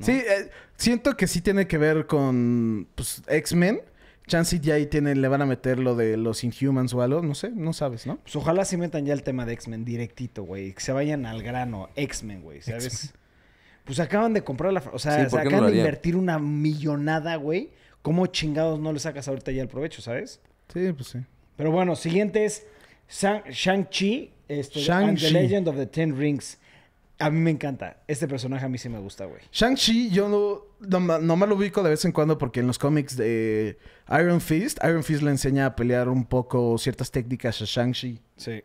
Speaker 3: Sí, eh, siento que sí tiene que ver con pues, X-Men. Chance ya ahí tienen, le van a meter lo de los Inhumans o algo, no sé, no sabes, ¿no?
Speaker 1: Pues ojalá se metan ya el tema de X-Men directito, güey. Que se vayan al grano. X-Men, güey, ¿sabes? Pues acaban de comprar la... fra- O sea,
Speaker 2: Sí,
Speaker 1: se
Speaker 2: ¿por qué no
Speaker 1: acaban
Speaker 2: lo
Speaker 1: de
Speaker 2: harían?
Speaker 1: invertir una millonada, güey. ¿Cómo chingados no le sacas ahorita ya el provecho, sabes?
Speaker 3: Sí, pues sí.
Speaker 1: Pero bueno, siguiente es Shang- Shang-Chi. Este, and
Speaker 3: Shang-Chi.
Speaker 1: The Legend of the Ten Rings. A mí me encanta. Este personaje a mí sí me gusta, güey.
Speaker 3: Shang-Chi, yo no, noma- nomás lo ubico de vez en cuando porque en los cómics de Iron Fist, Iron Fist le enseña a pelear un poco ciertas técnicas a Shang-Chi.
Speaker 1: Sí.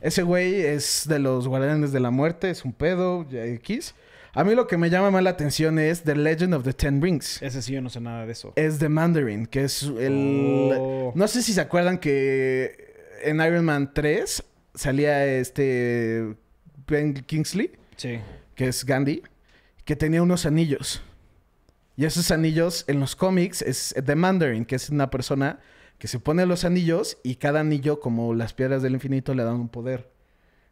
Speaker 3: Ese güey es de los Guardianes de la Muerte, es un pedo, ya X. A mí lo que me llama más la atención es The Legend of the Ten Rings.
Speaker 1: Ese sí yo no sé nada de eso.
Speaker 3: es The Mandarin, que es el...
Speaker 1: Oh.
Speaker 3: No sé si se acuerdan que en Iron Man 3 salía este Ben Kingsley,
Speaker 1: Sí.
Speaker 3: que es Gandhi, que tenía unos anillos. Y esos anillos en los cómics es The Mandarin, que es una persona que se pone los anillos y cada anillo, como las piedras del infinito, le dan un poder.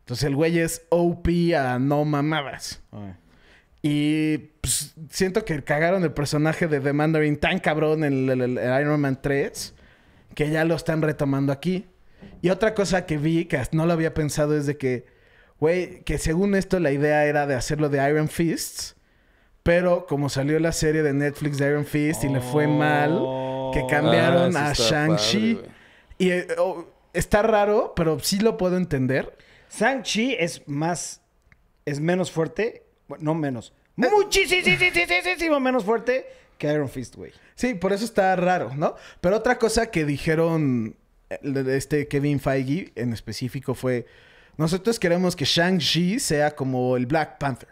Speaker 3: Entonces el güey es OP a no mamadas.
Speaker 1: Ah.
Speaker 3: Y pues, siento que cagaron el personaje de The Mandarin tan cabrón en el, el- el Iron Man 3 que ya lo están retomando aquí. Y otra cosa que vi que no lo había pensado es de que, güey, que según esto la idea era de hacerlo de Iron Fists, pero como salió la serie de Netflix de Iron Fist y le fue mal,
Speaker 1: Oh.
Speaker 3: que cambiaron
Speaker 2: Ah,
Speaker 3: a
Speaker 2: sí está
Speaker 3: Shang-Chi.
Speaker 2: padre, güey.
Speaker 3: Y eh, oh, está raro, pero sí lo puedo entender.
Speaker 1: Shang-Chi es más. Es menos fuerte. Bueno, no menos. Muchísimo menos fuerte que Iron Fist, güey.
Speaker 3: Sí, por eso está raro, ¿no? Pero otra cosa que dijeron eh, este Kevin Feige en específico fue, nosotros queremos que Shang-Chi sea como el Black Panther.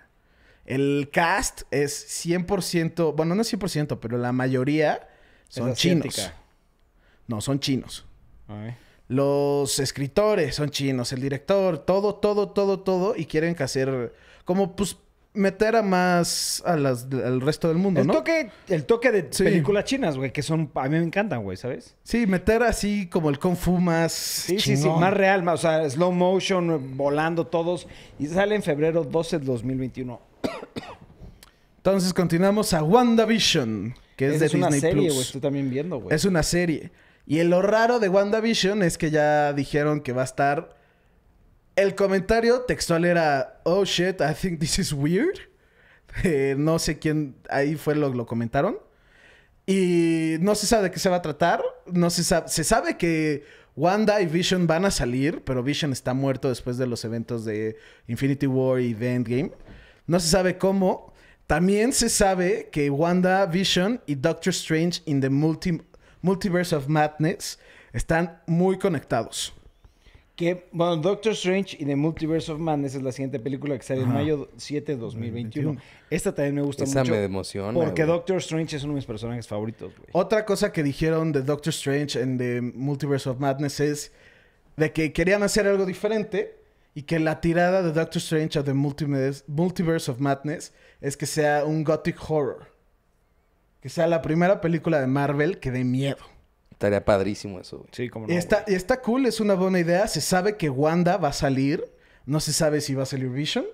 Speaker 3: El cast es 100%, bueno, no 100%, pero la mayoría
Speaker 1: Es
Speaker 3: son
Speaker 1: asiática.
Speaker 3: chinos. No, son chinos.
Speaker 1: Ay.
Speaker 3: Los escritores son chinos, el director, todo, todo, todo, todo, y quieren que hacer como pues meter a más a las- al resto del mundo,
Speaker 1: El
Speaker 3: ¿no?
Speaker 1: toque, el toque de
Speaker 3: Sí.
Speaker 1: películas chinas, güey, que son, a mí me encantan, güey, ¿sabes?
Speaker 3: Sí, meter así como el kung fu más
Speaker 1: Sí, sí, sí,
Speaker 3: chingón.
Speaker 1: más real, más, o sea, slow motion, volando todos. Y sale en febrero 12 de 2021.
Speaker 3: Entonces continuamos a WandaVision, que es
Speaker 1: Esa
Speaker 3: de
Speaker 1: una
Speaker 3: Disney
Speaker 1: serie, güey,
Speaker 3: Plus.
Speaker 1: estoy también viendo, güey.
Speaker 3: Es una serie. Y lo raro de WandaVision es que ya dijeron que va a estar. El comentario textual era: Oh shit, I think this is weird. Eh, no sé quién. Ahí fue lo lo comentaron. Y no se sabe de qué se va a tratar. No se sabe. Se sabe que Wanda y Vision van a salir, pero Vision está muerto después de los eventos de Infinity War y The Endgame. No se sabe cómo. También se sabe que Wanda, Vision y Doctor Strange in the multi- Multiverse of Madness están muy conectados.
Speaker 1: Que, bueno, Doctor Strange y The Multiverse of Madness es la siguiente película que sale en
Speaker 3: Ajá.
Speaker 1: mayo 7 de 2021. Esta también me gusta
Speaker 2: Esa
Speaker 1: mucho.
Speaker 2: me emociona,
Speaker 1: Porque
Speaker 2: güey.
Speaker 1: Doctor Strange es uno de mis personajes favoritos, güey.
Speaker 3: Otra cosa que dijeron de Doctor Strange en The Multiverse of Madness es de que querían hacer algo diferente y que la tirada de Doctor Strange a The Multiverse, Multiverse of Madness es que sea un gothic horror. Que sea la primera película de Marvel que dé miedo.
Speaker 2: Estaría padrísimo eso, güey.
Speaker 1: Sí, como
Speaker 3: Y está, y está cool, es una buena idea. Se sabe que Wanda va a salir. No se sabe si va a salir Vision.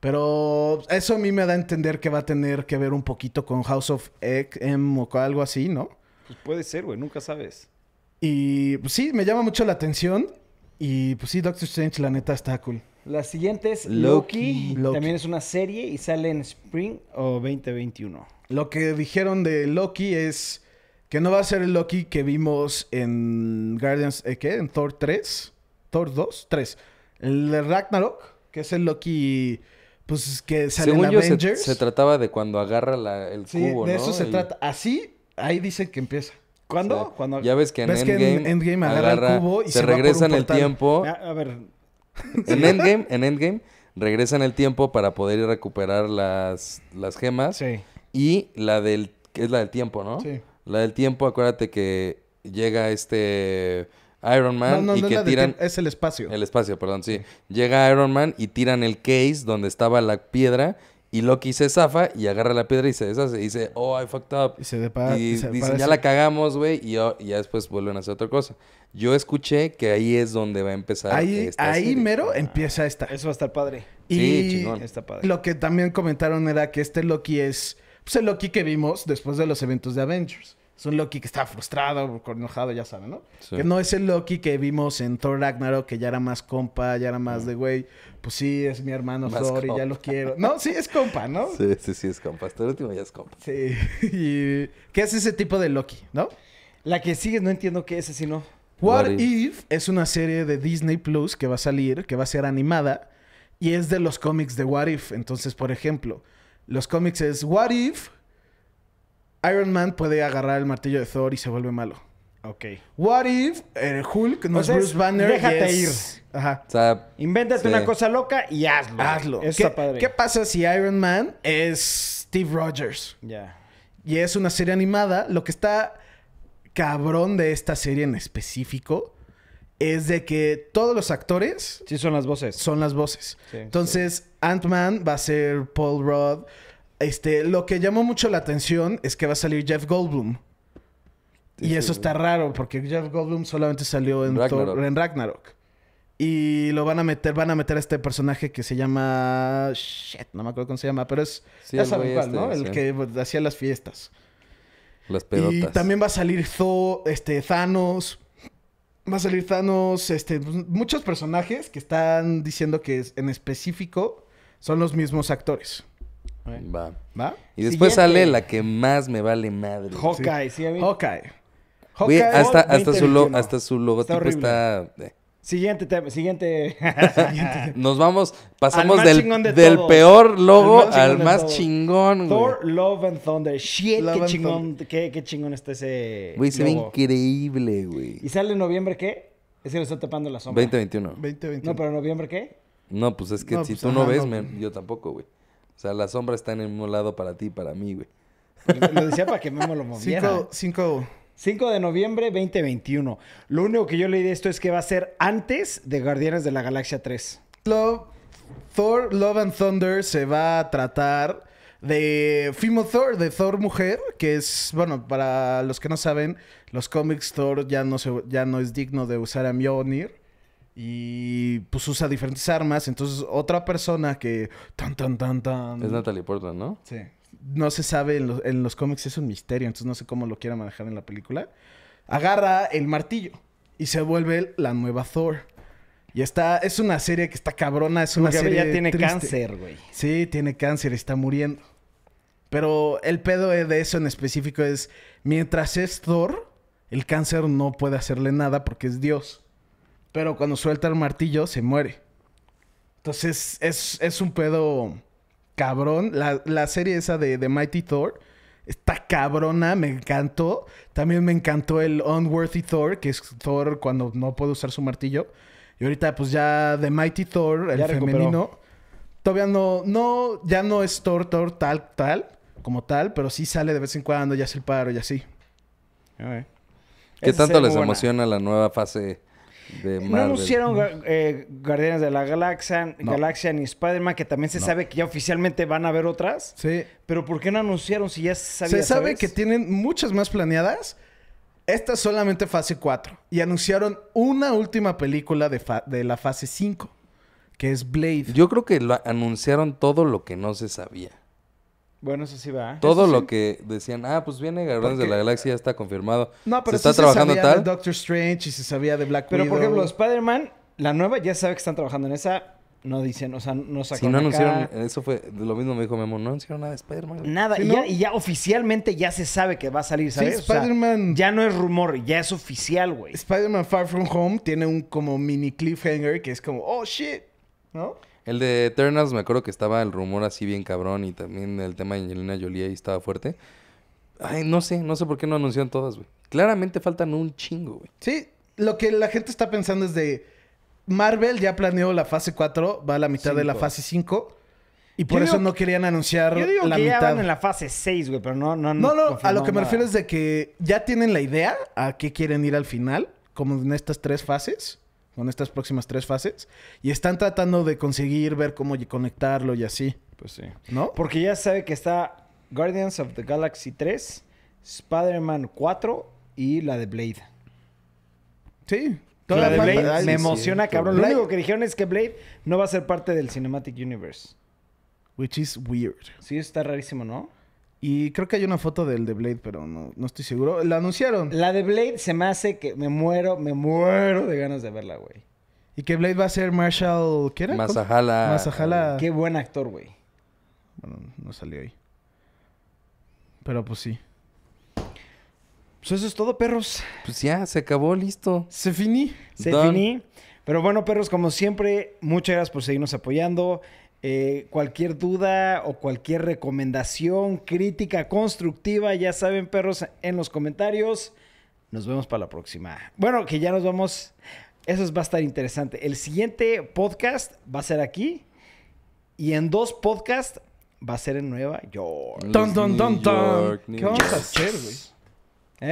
Speaker 3: Pero eso a mí me da a entender que va a tener que ver un poquito con House of M o con algo así, ¿no?
Speaker 1: Pues puede ser, güey, nunca sabes.
Speaker 3: Y pues, sí, me llama mucho la atención. Y pues sí, Doctor Strange, la neta, está cool.
Speaker 1: La siguiente es Loki.
Speaker 3: Loki. Loki.
Speaker 1: También es una serie y sale en Spring o 2021.
Speaker 3: Lo que dijeron de Loki es que no va a ser el Loki que vimos en Guardians, eh, ¿qué? En Thor 3, Thor 2, 3. El de Ragnarok, que es el Loki, pues que sale
Speaker 2: Según
Speaker 3: en
Speaker 2: yo, se,
Speaker 3: Avengers.
Speaker 2: se trataba de cuando agarra la- el
Speaker 3: Sí,
Speaker 2: cubo,
Speaker 3: de
Speaker 2: ¿no?
Speaker 3: eso se
Speaker 2: El-
Speaker 3: trata. Así, ahí dicen que empieza.
Speaker 1: ¿Cuándo?
Speaker 2: o sea,
Speaker 1: Cuando...
Speaker 2: Ya ves que en
Speaker 3: ¿Ves que en
Speaker 2: Endgame,
Speaker 3: Endgame agarra el cubo y
Speaker 2: se,
Speaker 3: se va por un
Speaker 2: regresa en el
Speaker 3: portal? Ah.
Speaker 2: tiempo.
Speaker 1: Ah, A, a ver,
Speaker 2: En Endgame, en Endgame, regresa en el tiempo para poder ir a recuperar las, las gemas.
Speaker 1: sí.
Speaker 2: Y la del, que es la del tiempo, ¿no?
Speaker 3: Sí.
Speaker 2: La del tiempo, acuérdate que llega este Iron
Speaker 3: No,
Speaker 2: Man
Speaker 3: no,
Speaker 2: y
Speaker 3: no es
Speaker 2: que
Speaker 3: la de
Speaker 2: tiran...
Speaker 3: tiempo, es el espacio.
Speaker 2: El espacio, perdón, sí. Llega Iron Man y tiran el case donde estaba la piedra y Loki se zafa y agarra la piedra y se deshace. Y dice, oh, I fucked up.
Speaker 3: Y se depara.
Speaker 2: Y
Speaker 3: y se
Speaker 2: dicen,
Speaker 3: aparece.
Speaker 2: ya la cagamos, güey, y, ya- y ya después vuelven a hacer otra cosa. Yo escuché que ahí es donde va a empezar
Speaker 3: Ahí,
Speaker 2: esta
Speaker 3: ahí
Speaker 2: serie.
Speaker 3: mero empieza esta.
Speaker 1: Eso va a estar padre.
Speaker 2: Sí,
Speaker 3: Y
Speaker 2: "Ah". chingón.
Speaker 1: Está padre.
Speaker 3: Lo que también comentaron era que este Loki es pues, el Loki que vimos después de los eventos de Avengers. Es un Loki que está frustrado, enojado, ya saben, ¿no?
Speaker 2: Sí.
Speaker 3: Que no es el Loki que vimos en Thor Ragnarok, que ya era más compa, ya era más de güey. Pues sí, es mi hermano
Speaker 2: Mm. Más
Speaker 3: Thor y ya lo quiero. No, sí, es compa, ¿no? Sí.
Speaker 2: Sí, sí, sí, es compa. Este último ya es compa.
Speaker 3: Y- ¿Qué es ese tipo de Loki, no?
Speaker 1: La que sigue, no entiendo qué es, sino.
Speaker 3: What,
Speaker 2: What If.
Speaker 3: If? es una serie de Disney Plus que va a salir, que va a ser animada y es de los cómics de What If. Entonces, por ejemplo, los cómics es What If Iron Man puede agarrar el martillo de Thor y se vuelve malo.
Speaker 1: Ok.
Speaker 3: What If eh, Hulk no
Speaker 1: O
Speaker 3: es
Speaker 1: sea, es
Speaker 3: Bruce Banner. y
Speaker 1: déjate
Speaker 3: es- Ajá.
Speaker 2: O sea,
Speaker 1: Invéntate
Speaker 2: Sí.
Speaker 1: una cosa loca y hazlo.
Speaker 3: Hazlo.
Speaker 1: Eso
Speaker 3: ¿Qué,
Speaker 1: está padre.
Speaker 3: ¿Qué pasa si Iron Man es Steve Rogers?
Speaker 1: Ya.
Speaker 3: Y es una serie animada. Lo que está cabrón de esta serie en específico es de que todos los actores
Speaker 1: Sí, son las voces.
Speaker 3: son las voces.
Speaker 1: Sí,
Speaker 3: Entonces, Ant-Man va a ser Paul Rudd. Este, lo que llamó mucho la atención es que va a salir Jeff Goldblum.
Speaker 2: Sí,
Speaker 3: y
Speaker 2: sí,
Speaker 3: eso está raro, porque Jeff Goldblum solamente salió en Thor- en
Speaker 2: Ragnarok.
Speaker 3: Ragnarok. Y lo van a meter, van a meter a este personaje que se llama. Shit, no me acuerdo cómo se llama, pero es.
Speaker 2: Sí,
Speaker 3: ya
Speaker 2: el güey
Speaker 3: saben cuál,
Speaker 2: este,
Speaker 3: ¿no?
Speaker 2: sí.
Speaker 3: El que pues, hacía las fiestas.
Speaker 2: las
Speaker 3: Y
Speaker 2: pedotas.
Speaker 3: también va a salir Thor, este, Thanos. Va a salir Thanos, este, pues, muchos personajes que están diciendo que es- en específico son los mismos actores.
Speaker 2: Va.
Speaker 3: ¿Va?
Speaker 2: Y después
Speaker 1: Siguiente.
Speaker 2: sale la que más me vale madre.
Speaker 1: Hawkeye, sí, a mí-
Speaker 3: Hawkeye.
Speaker 2: Güey,
Speaker 3: Hawkeye.
Speaker 2: hasta, hasta, su lo-
Speaker 1: 2021.
Speaker 2: hasta su logotipo
Speaker 1: Está
Speaker 2: está... eh.
Speaker 1: Siguiente tema, siguiente.
Speaker 2: Nos vamos, pasamos
Speaker 1: más
Speaker 2: del,
Speaker 1: chingón de
Speaker 2: del
Speaker 1: todos.
Speaker 2: peor logo
Speaker 1: Al más chingón
Speaker 2: al
Speaker 1: de
Speaker 2: más
Speaker 1: todos.
Speaker 2: chingón, güey.
Speaker 1: Thor, Love and Thunder. Shit,
Speaker 3: Love
Speaker 1: qué
Speaker 3: and
Speaker 1: chingón, qué, qué chingón está ese.
Speaker 2: Güey, se ve
Speaker 1: logo.
Speaker 2: increíble, güey.
Speaker 1: ¿Y sale en noviembre qué? Es que nos está tapando la sombra.
Speaker 2: 2021.
Speaker 3: 2021.
Speaker 1: No, pero en noviembre qué?
Speaker 2: No, pues es que
Speaker 3: No,
Speaker 2: si
Speaker 3: pues,
Speaker 2: tú no
Speaker 3: ajá,
Speaker 2: ves,
Speaker 3: no.
Speaker 2: men, yo tampoco, güey. O sea, la sombra está en el mismo lado para ti y para mí, güey.
Speaker 1: Lo decía para que Memo lo moviera.
Speaker 3: cinco, cinco.
Speaker 1: 5 de noviembre 2021. Lo único que yo leí de esto es que va a ser antes de Guardianes de la Galaxia 3.
Speaker 3: Lo- Thor Love and Thunder se va a tratar de Fimo Thor, de Thor Mujer, que es, bueno, para los que no saben, los cómics Thor ya no, se, ya no es digno de usar a Mjolnir. Y pues usa diferentes armas. Entonces, otra persona que. Tan, tan, tan, tan.
Speaker 2: Es Natalie Portman, ¿no?
Speaker 3: Sí. No se sabe en, lo- en los cómics, es un misterio. Entonces, no sé cómo lo quiera manejar en la película. Agarra el martillo y se vuelve la nueva Thor. Y está. Es una serie que está cabrona. Es una
Speaker 1: Porque
Speaker 3: serie.
Speaker 1: ya tiene
Speaker 3: triste.
Speaker 1: cáncer, güey.
Speaker 3: Sí, tiene cáncer, está muriendo. Pero el pedo de eso en específico es, mientras es Thor, el cáncer no puede hacerle nada porque es Dios. Pero cuando suelta el martillo, se muere. Entonces es, es un pedo cabrón. La, la serie esa de, de Mighty Thor está cabrona, me encantó. También me encantó el Unworthy Thor, que es Thor cuando no puede usar su martillo. Y ahorita pues ya de Mighty Thor, el
Speaker 1: Ya recuperó.
Speaker 3: femenino, todavía no, no, ya no es Thor, Thor tal, tal, como tal, pero sí sale de vez en cuando, ya hace el paro y así.
Speaker 2: ¿Qué
Speaker 1: Esa
Speaker 2: tanto
Speaker 1: serie
Speaker 2: les
Speaker 1: buena.
Speaker 2: emociona la nueva fase de
Speaker 1: No
Speaker 2: Marvel?
Speaker 1: anunciaron Gu- eh, Guardianes de la Galaxia,
Speaker 3: No.
Speaker 1: Galaxia ni Spider-Man, que también se
Speaker 2: No.
Speaker 1: sabe que ya oficialmente van a haber otras.
Speaker 3: Sí.
Speaker 1: Pero ¿por qué no anunciaron si ya se sabía?
Speaker 3: Se sabe
Speaker 1: sabes?
Speaker 3: que tienen muchas más planeadas. Esta es solamente fase 4. Y anunciaron una última película de, fa- de la fase 5, que es Blade.
Speaker 2: Yo creo que lo anunciaron todo lo que no se sabía.
Speaker 1: Bueno, eso sí va. ¿eh?
Speaker 2: Todo lo que decían, ah, pues viene Guardianes de
Speaker 3: Porque-
Speaker 2: la Galaxia, ya está confirmado.
Speaker 3: No, Ah, pero
Speaker 2: se está
Speaker 3: sí
Speaker 2: trabajando
Speaker 3: se sabía
Speaker 2: tal.
Speaker 3: de Doctor Strange y se sabía de Black
Speaker 1: Pero por
Speaker 3: Widow.
Speaker 1: ejemplo, Spider-Man, la nueva, ya sabe que están trabajando en esa. No dicen, o sea, no sacaron
Speaker 2: Si
Speaker 1: acá.
Speaker 2: no anunciaron, eh, eso fue lo mismo me dijo Memo, no anunciaron nada de Spider-Man.
Speaker 1: Nada,
Speaker 3: Sí,
Speaker 1: y, ya,
Speaker 3: ¿no?
Speaker 1: y ya oficialmente ya se sabe que va a salir,
Speaker 3: Sí,
Speaker 1: ¿sabes? O sea,
Speaker 3: Spider-Man.
Speaker 1: ya no es rumor, ya es oficial, güey.
Speaker 3: Spider-Man Far From Home tiene un como mini cliffhanger que es como, oh shit, ¿no?
Speaker 2: El de Eternals me acuerdo que estaba el rumor así bien cabrón y también el tema de Angelina Jolie ahí estaba fuerte. Ay, no sé, no sé por qué no anunciaron todas, güey. Claramente faltan un chingo, güey.
Speaker 3: Sí, lo que la gente está pensando es de Marvel ya planeó la fase 4, va a la mitad de la
Speaker 2: Cinco.
Speaker 3: fase 5 y por
Speaker 1: Yo
Speaker 3: eso
Speaker 1: digo
Speaker 3: no querían anunciar
Speaker 1: Yo digo
Speaker 3: la
Speaker 1: que ya
Speaker 3: mitad.
Speaker 1: van en la fase 6, güey, pero no... No,
Speaker 3: No, no, a
Speaker 1: Mm, confirmó
Speaker 3: lo que me
Speaker 1: nada.
Speaker 3: refiero es de que ya tienen la idea a qué quieren ir al final, como en estas tres fases, con estas próximas tres fases, y están tratando de conseguir ver cómo y- conectarlo y así,
Speaker 1: Pues sí.
Speaker 3: ¿no?
Speaker 1: Porque ya sabe que está Guardians of the Galaxy 3, Spider-Man 4 y la de Blade.
Speaker 3: Sí.
Speaker 1: La de
Speaker 3: falta.
Speaker 1: Blade
Speaker 3: Ay,
Speaker 1: me
Speaker 3: sí.
Speaker 1: emociona,
Speaker 2: cierto.
Speaker 1: cabrón. Lo
Speaker 3: Blade-
Speaker 1: único que dijeron es que Blade no va a ser parte del Cinematic Universe.
Speaker 3: Which is weird.
Speaker 1: Sí, eso está rarísimo, ¿no?
Speaker 3: Y creo que hay una foto del de Blade, pero no, no estoy seguro. La anunciaron.
Speaker 1: La de Blade se me hace que me muero, me muero de ganas de verla, güey.
Speaker 3: Y que Blade va a ser Marshall... ¿Qué era?
Speaker 2: Masahala.
Speaker 3: Masajala...
Speaker 1: Qué buen actor, güey.
Speaker 3: Bueno, no salió ahí. Pero pues sí.
Speaker 1: Pues eso es todo, perros.
Speaker 2: Pues ya, se acabó, listo.
Speaker 3: Se finí.
Speaker 1: Se
Speaker 2: Done.
Speaker 1: finí. Pero bueno, perros, como siempre, muchas gracias por seguirnos apoyando. Eh, cualquier duda o cualquier recomendación, crítica constructiva, ya saben, perros, en los comentarios. Nos vemos para la próxima. Bueno, que ya nos vamos. Eso va a estar interesante. El siguiente podcast va a ser aquí. Y en dos podcasts va a ser en Nueva York.
Speaker 3: Ton,
Speaker 2: Los
Speaker 3: ton,
Speaker 2: New
Speaker 3: ton, ton.
Speaker 2: York
Speaker 3: ¿Qué
Speaker 2: New
Speaker 3: vamos a
Speaker 2: York.
Speaker 3: hacer, güey?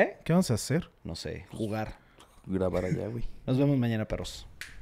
Speaker 1: ¿Eh?
Speaker 3: ¿Qué vamos a hacer?
Speaker 1: No sé, jugar.
Speaker 2: Grabar allá, güey.
Speaker 1: Nos vemos mañana, perros.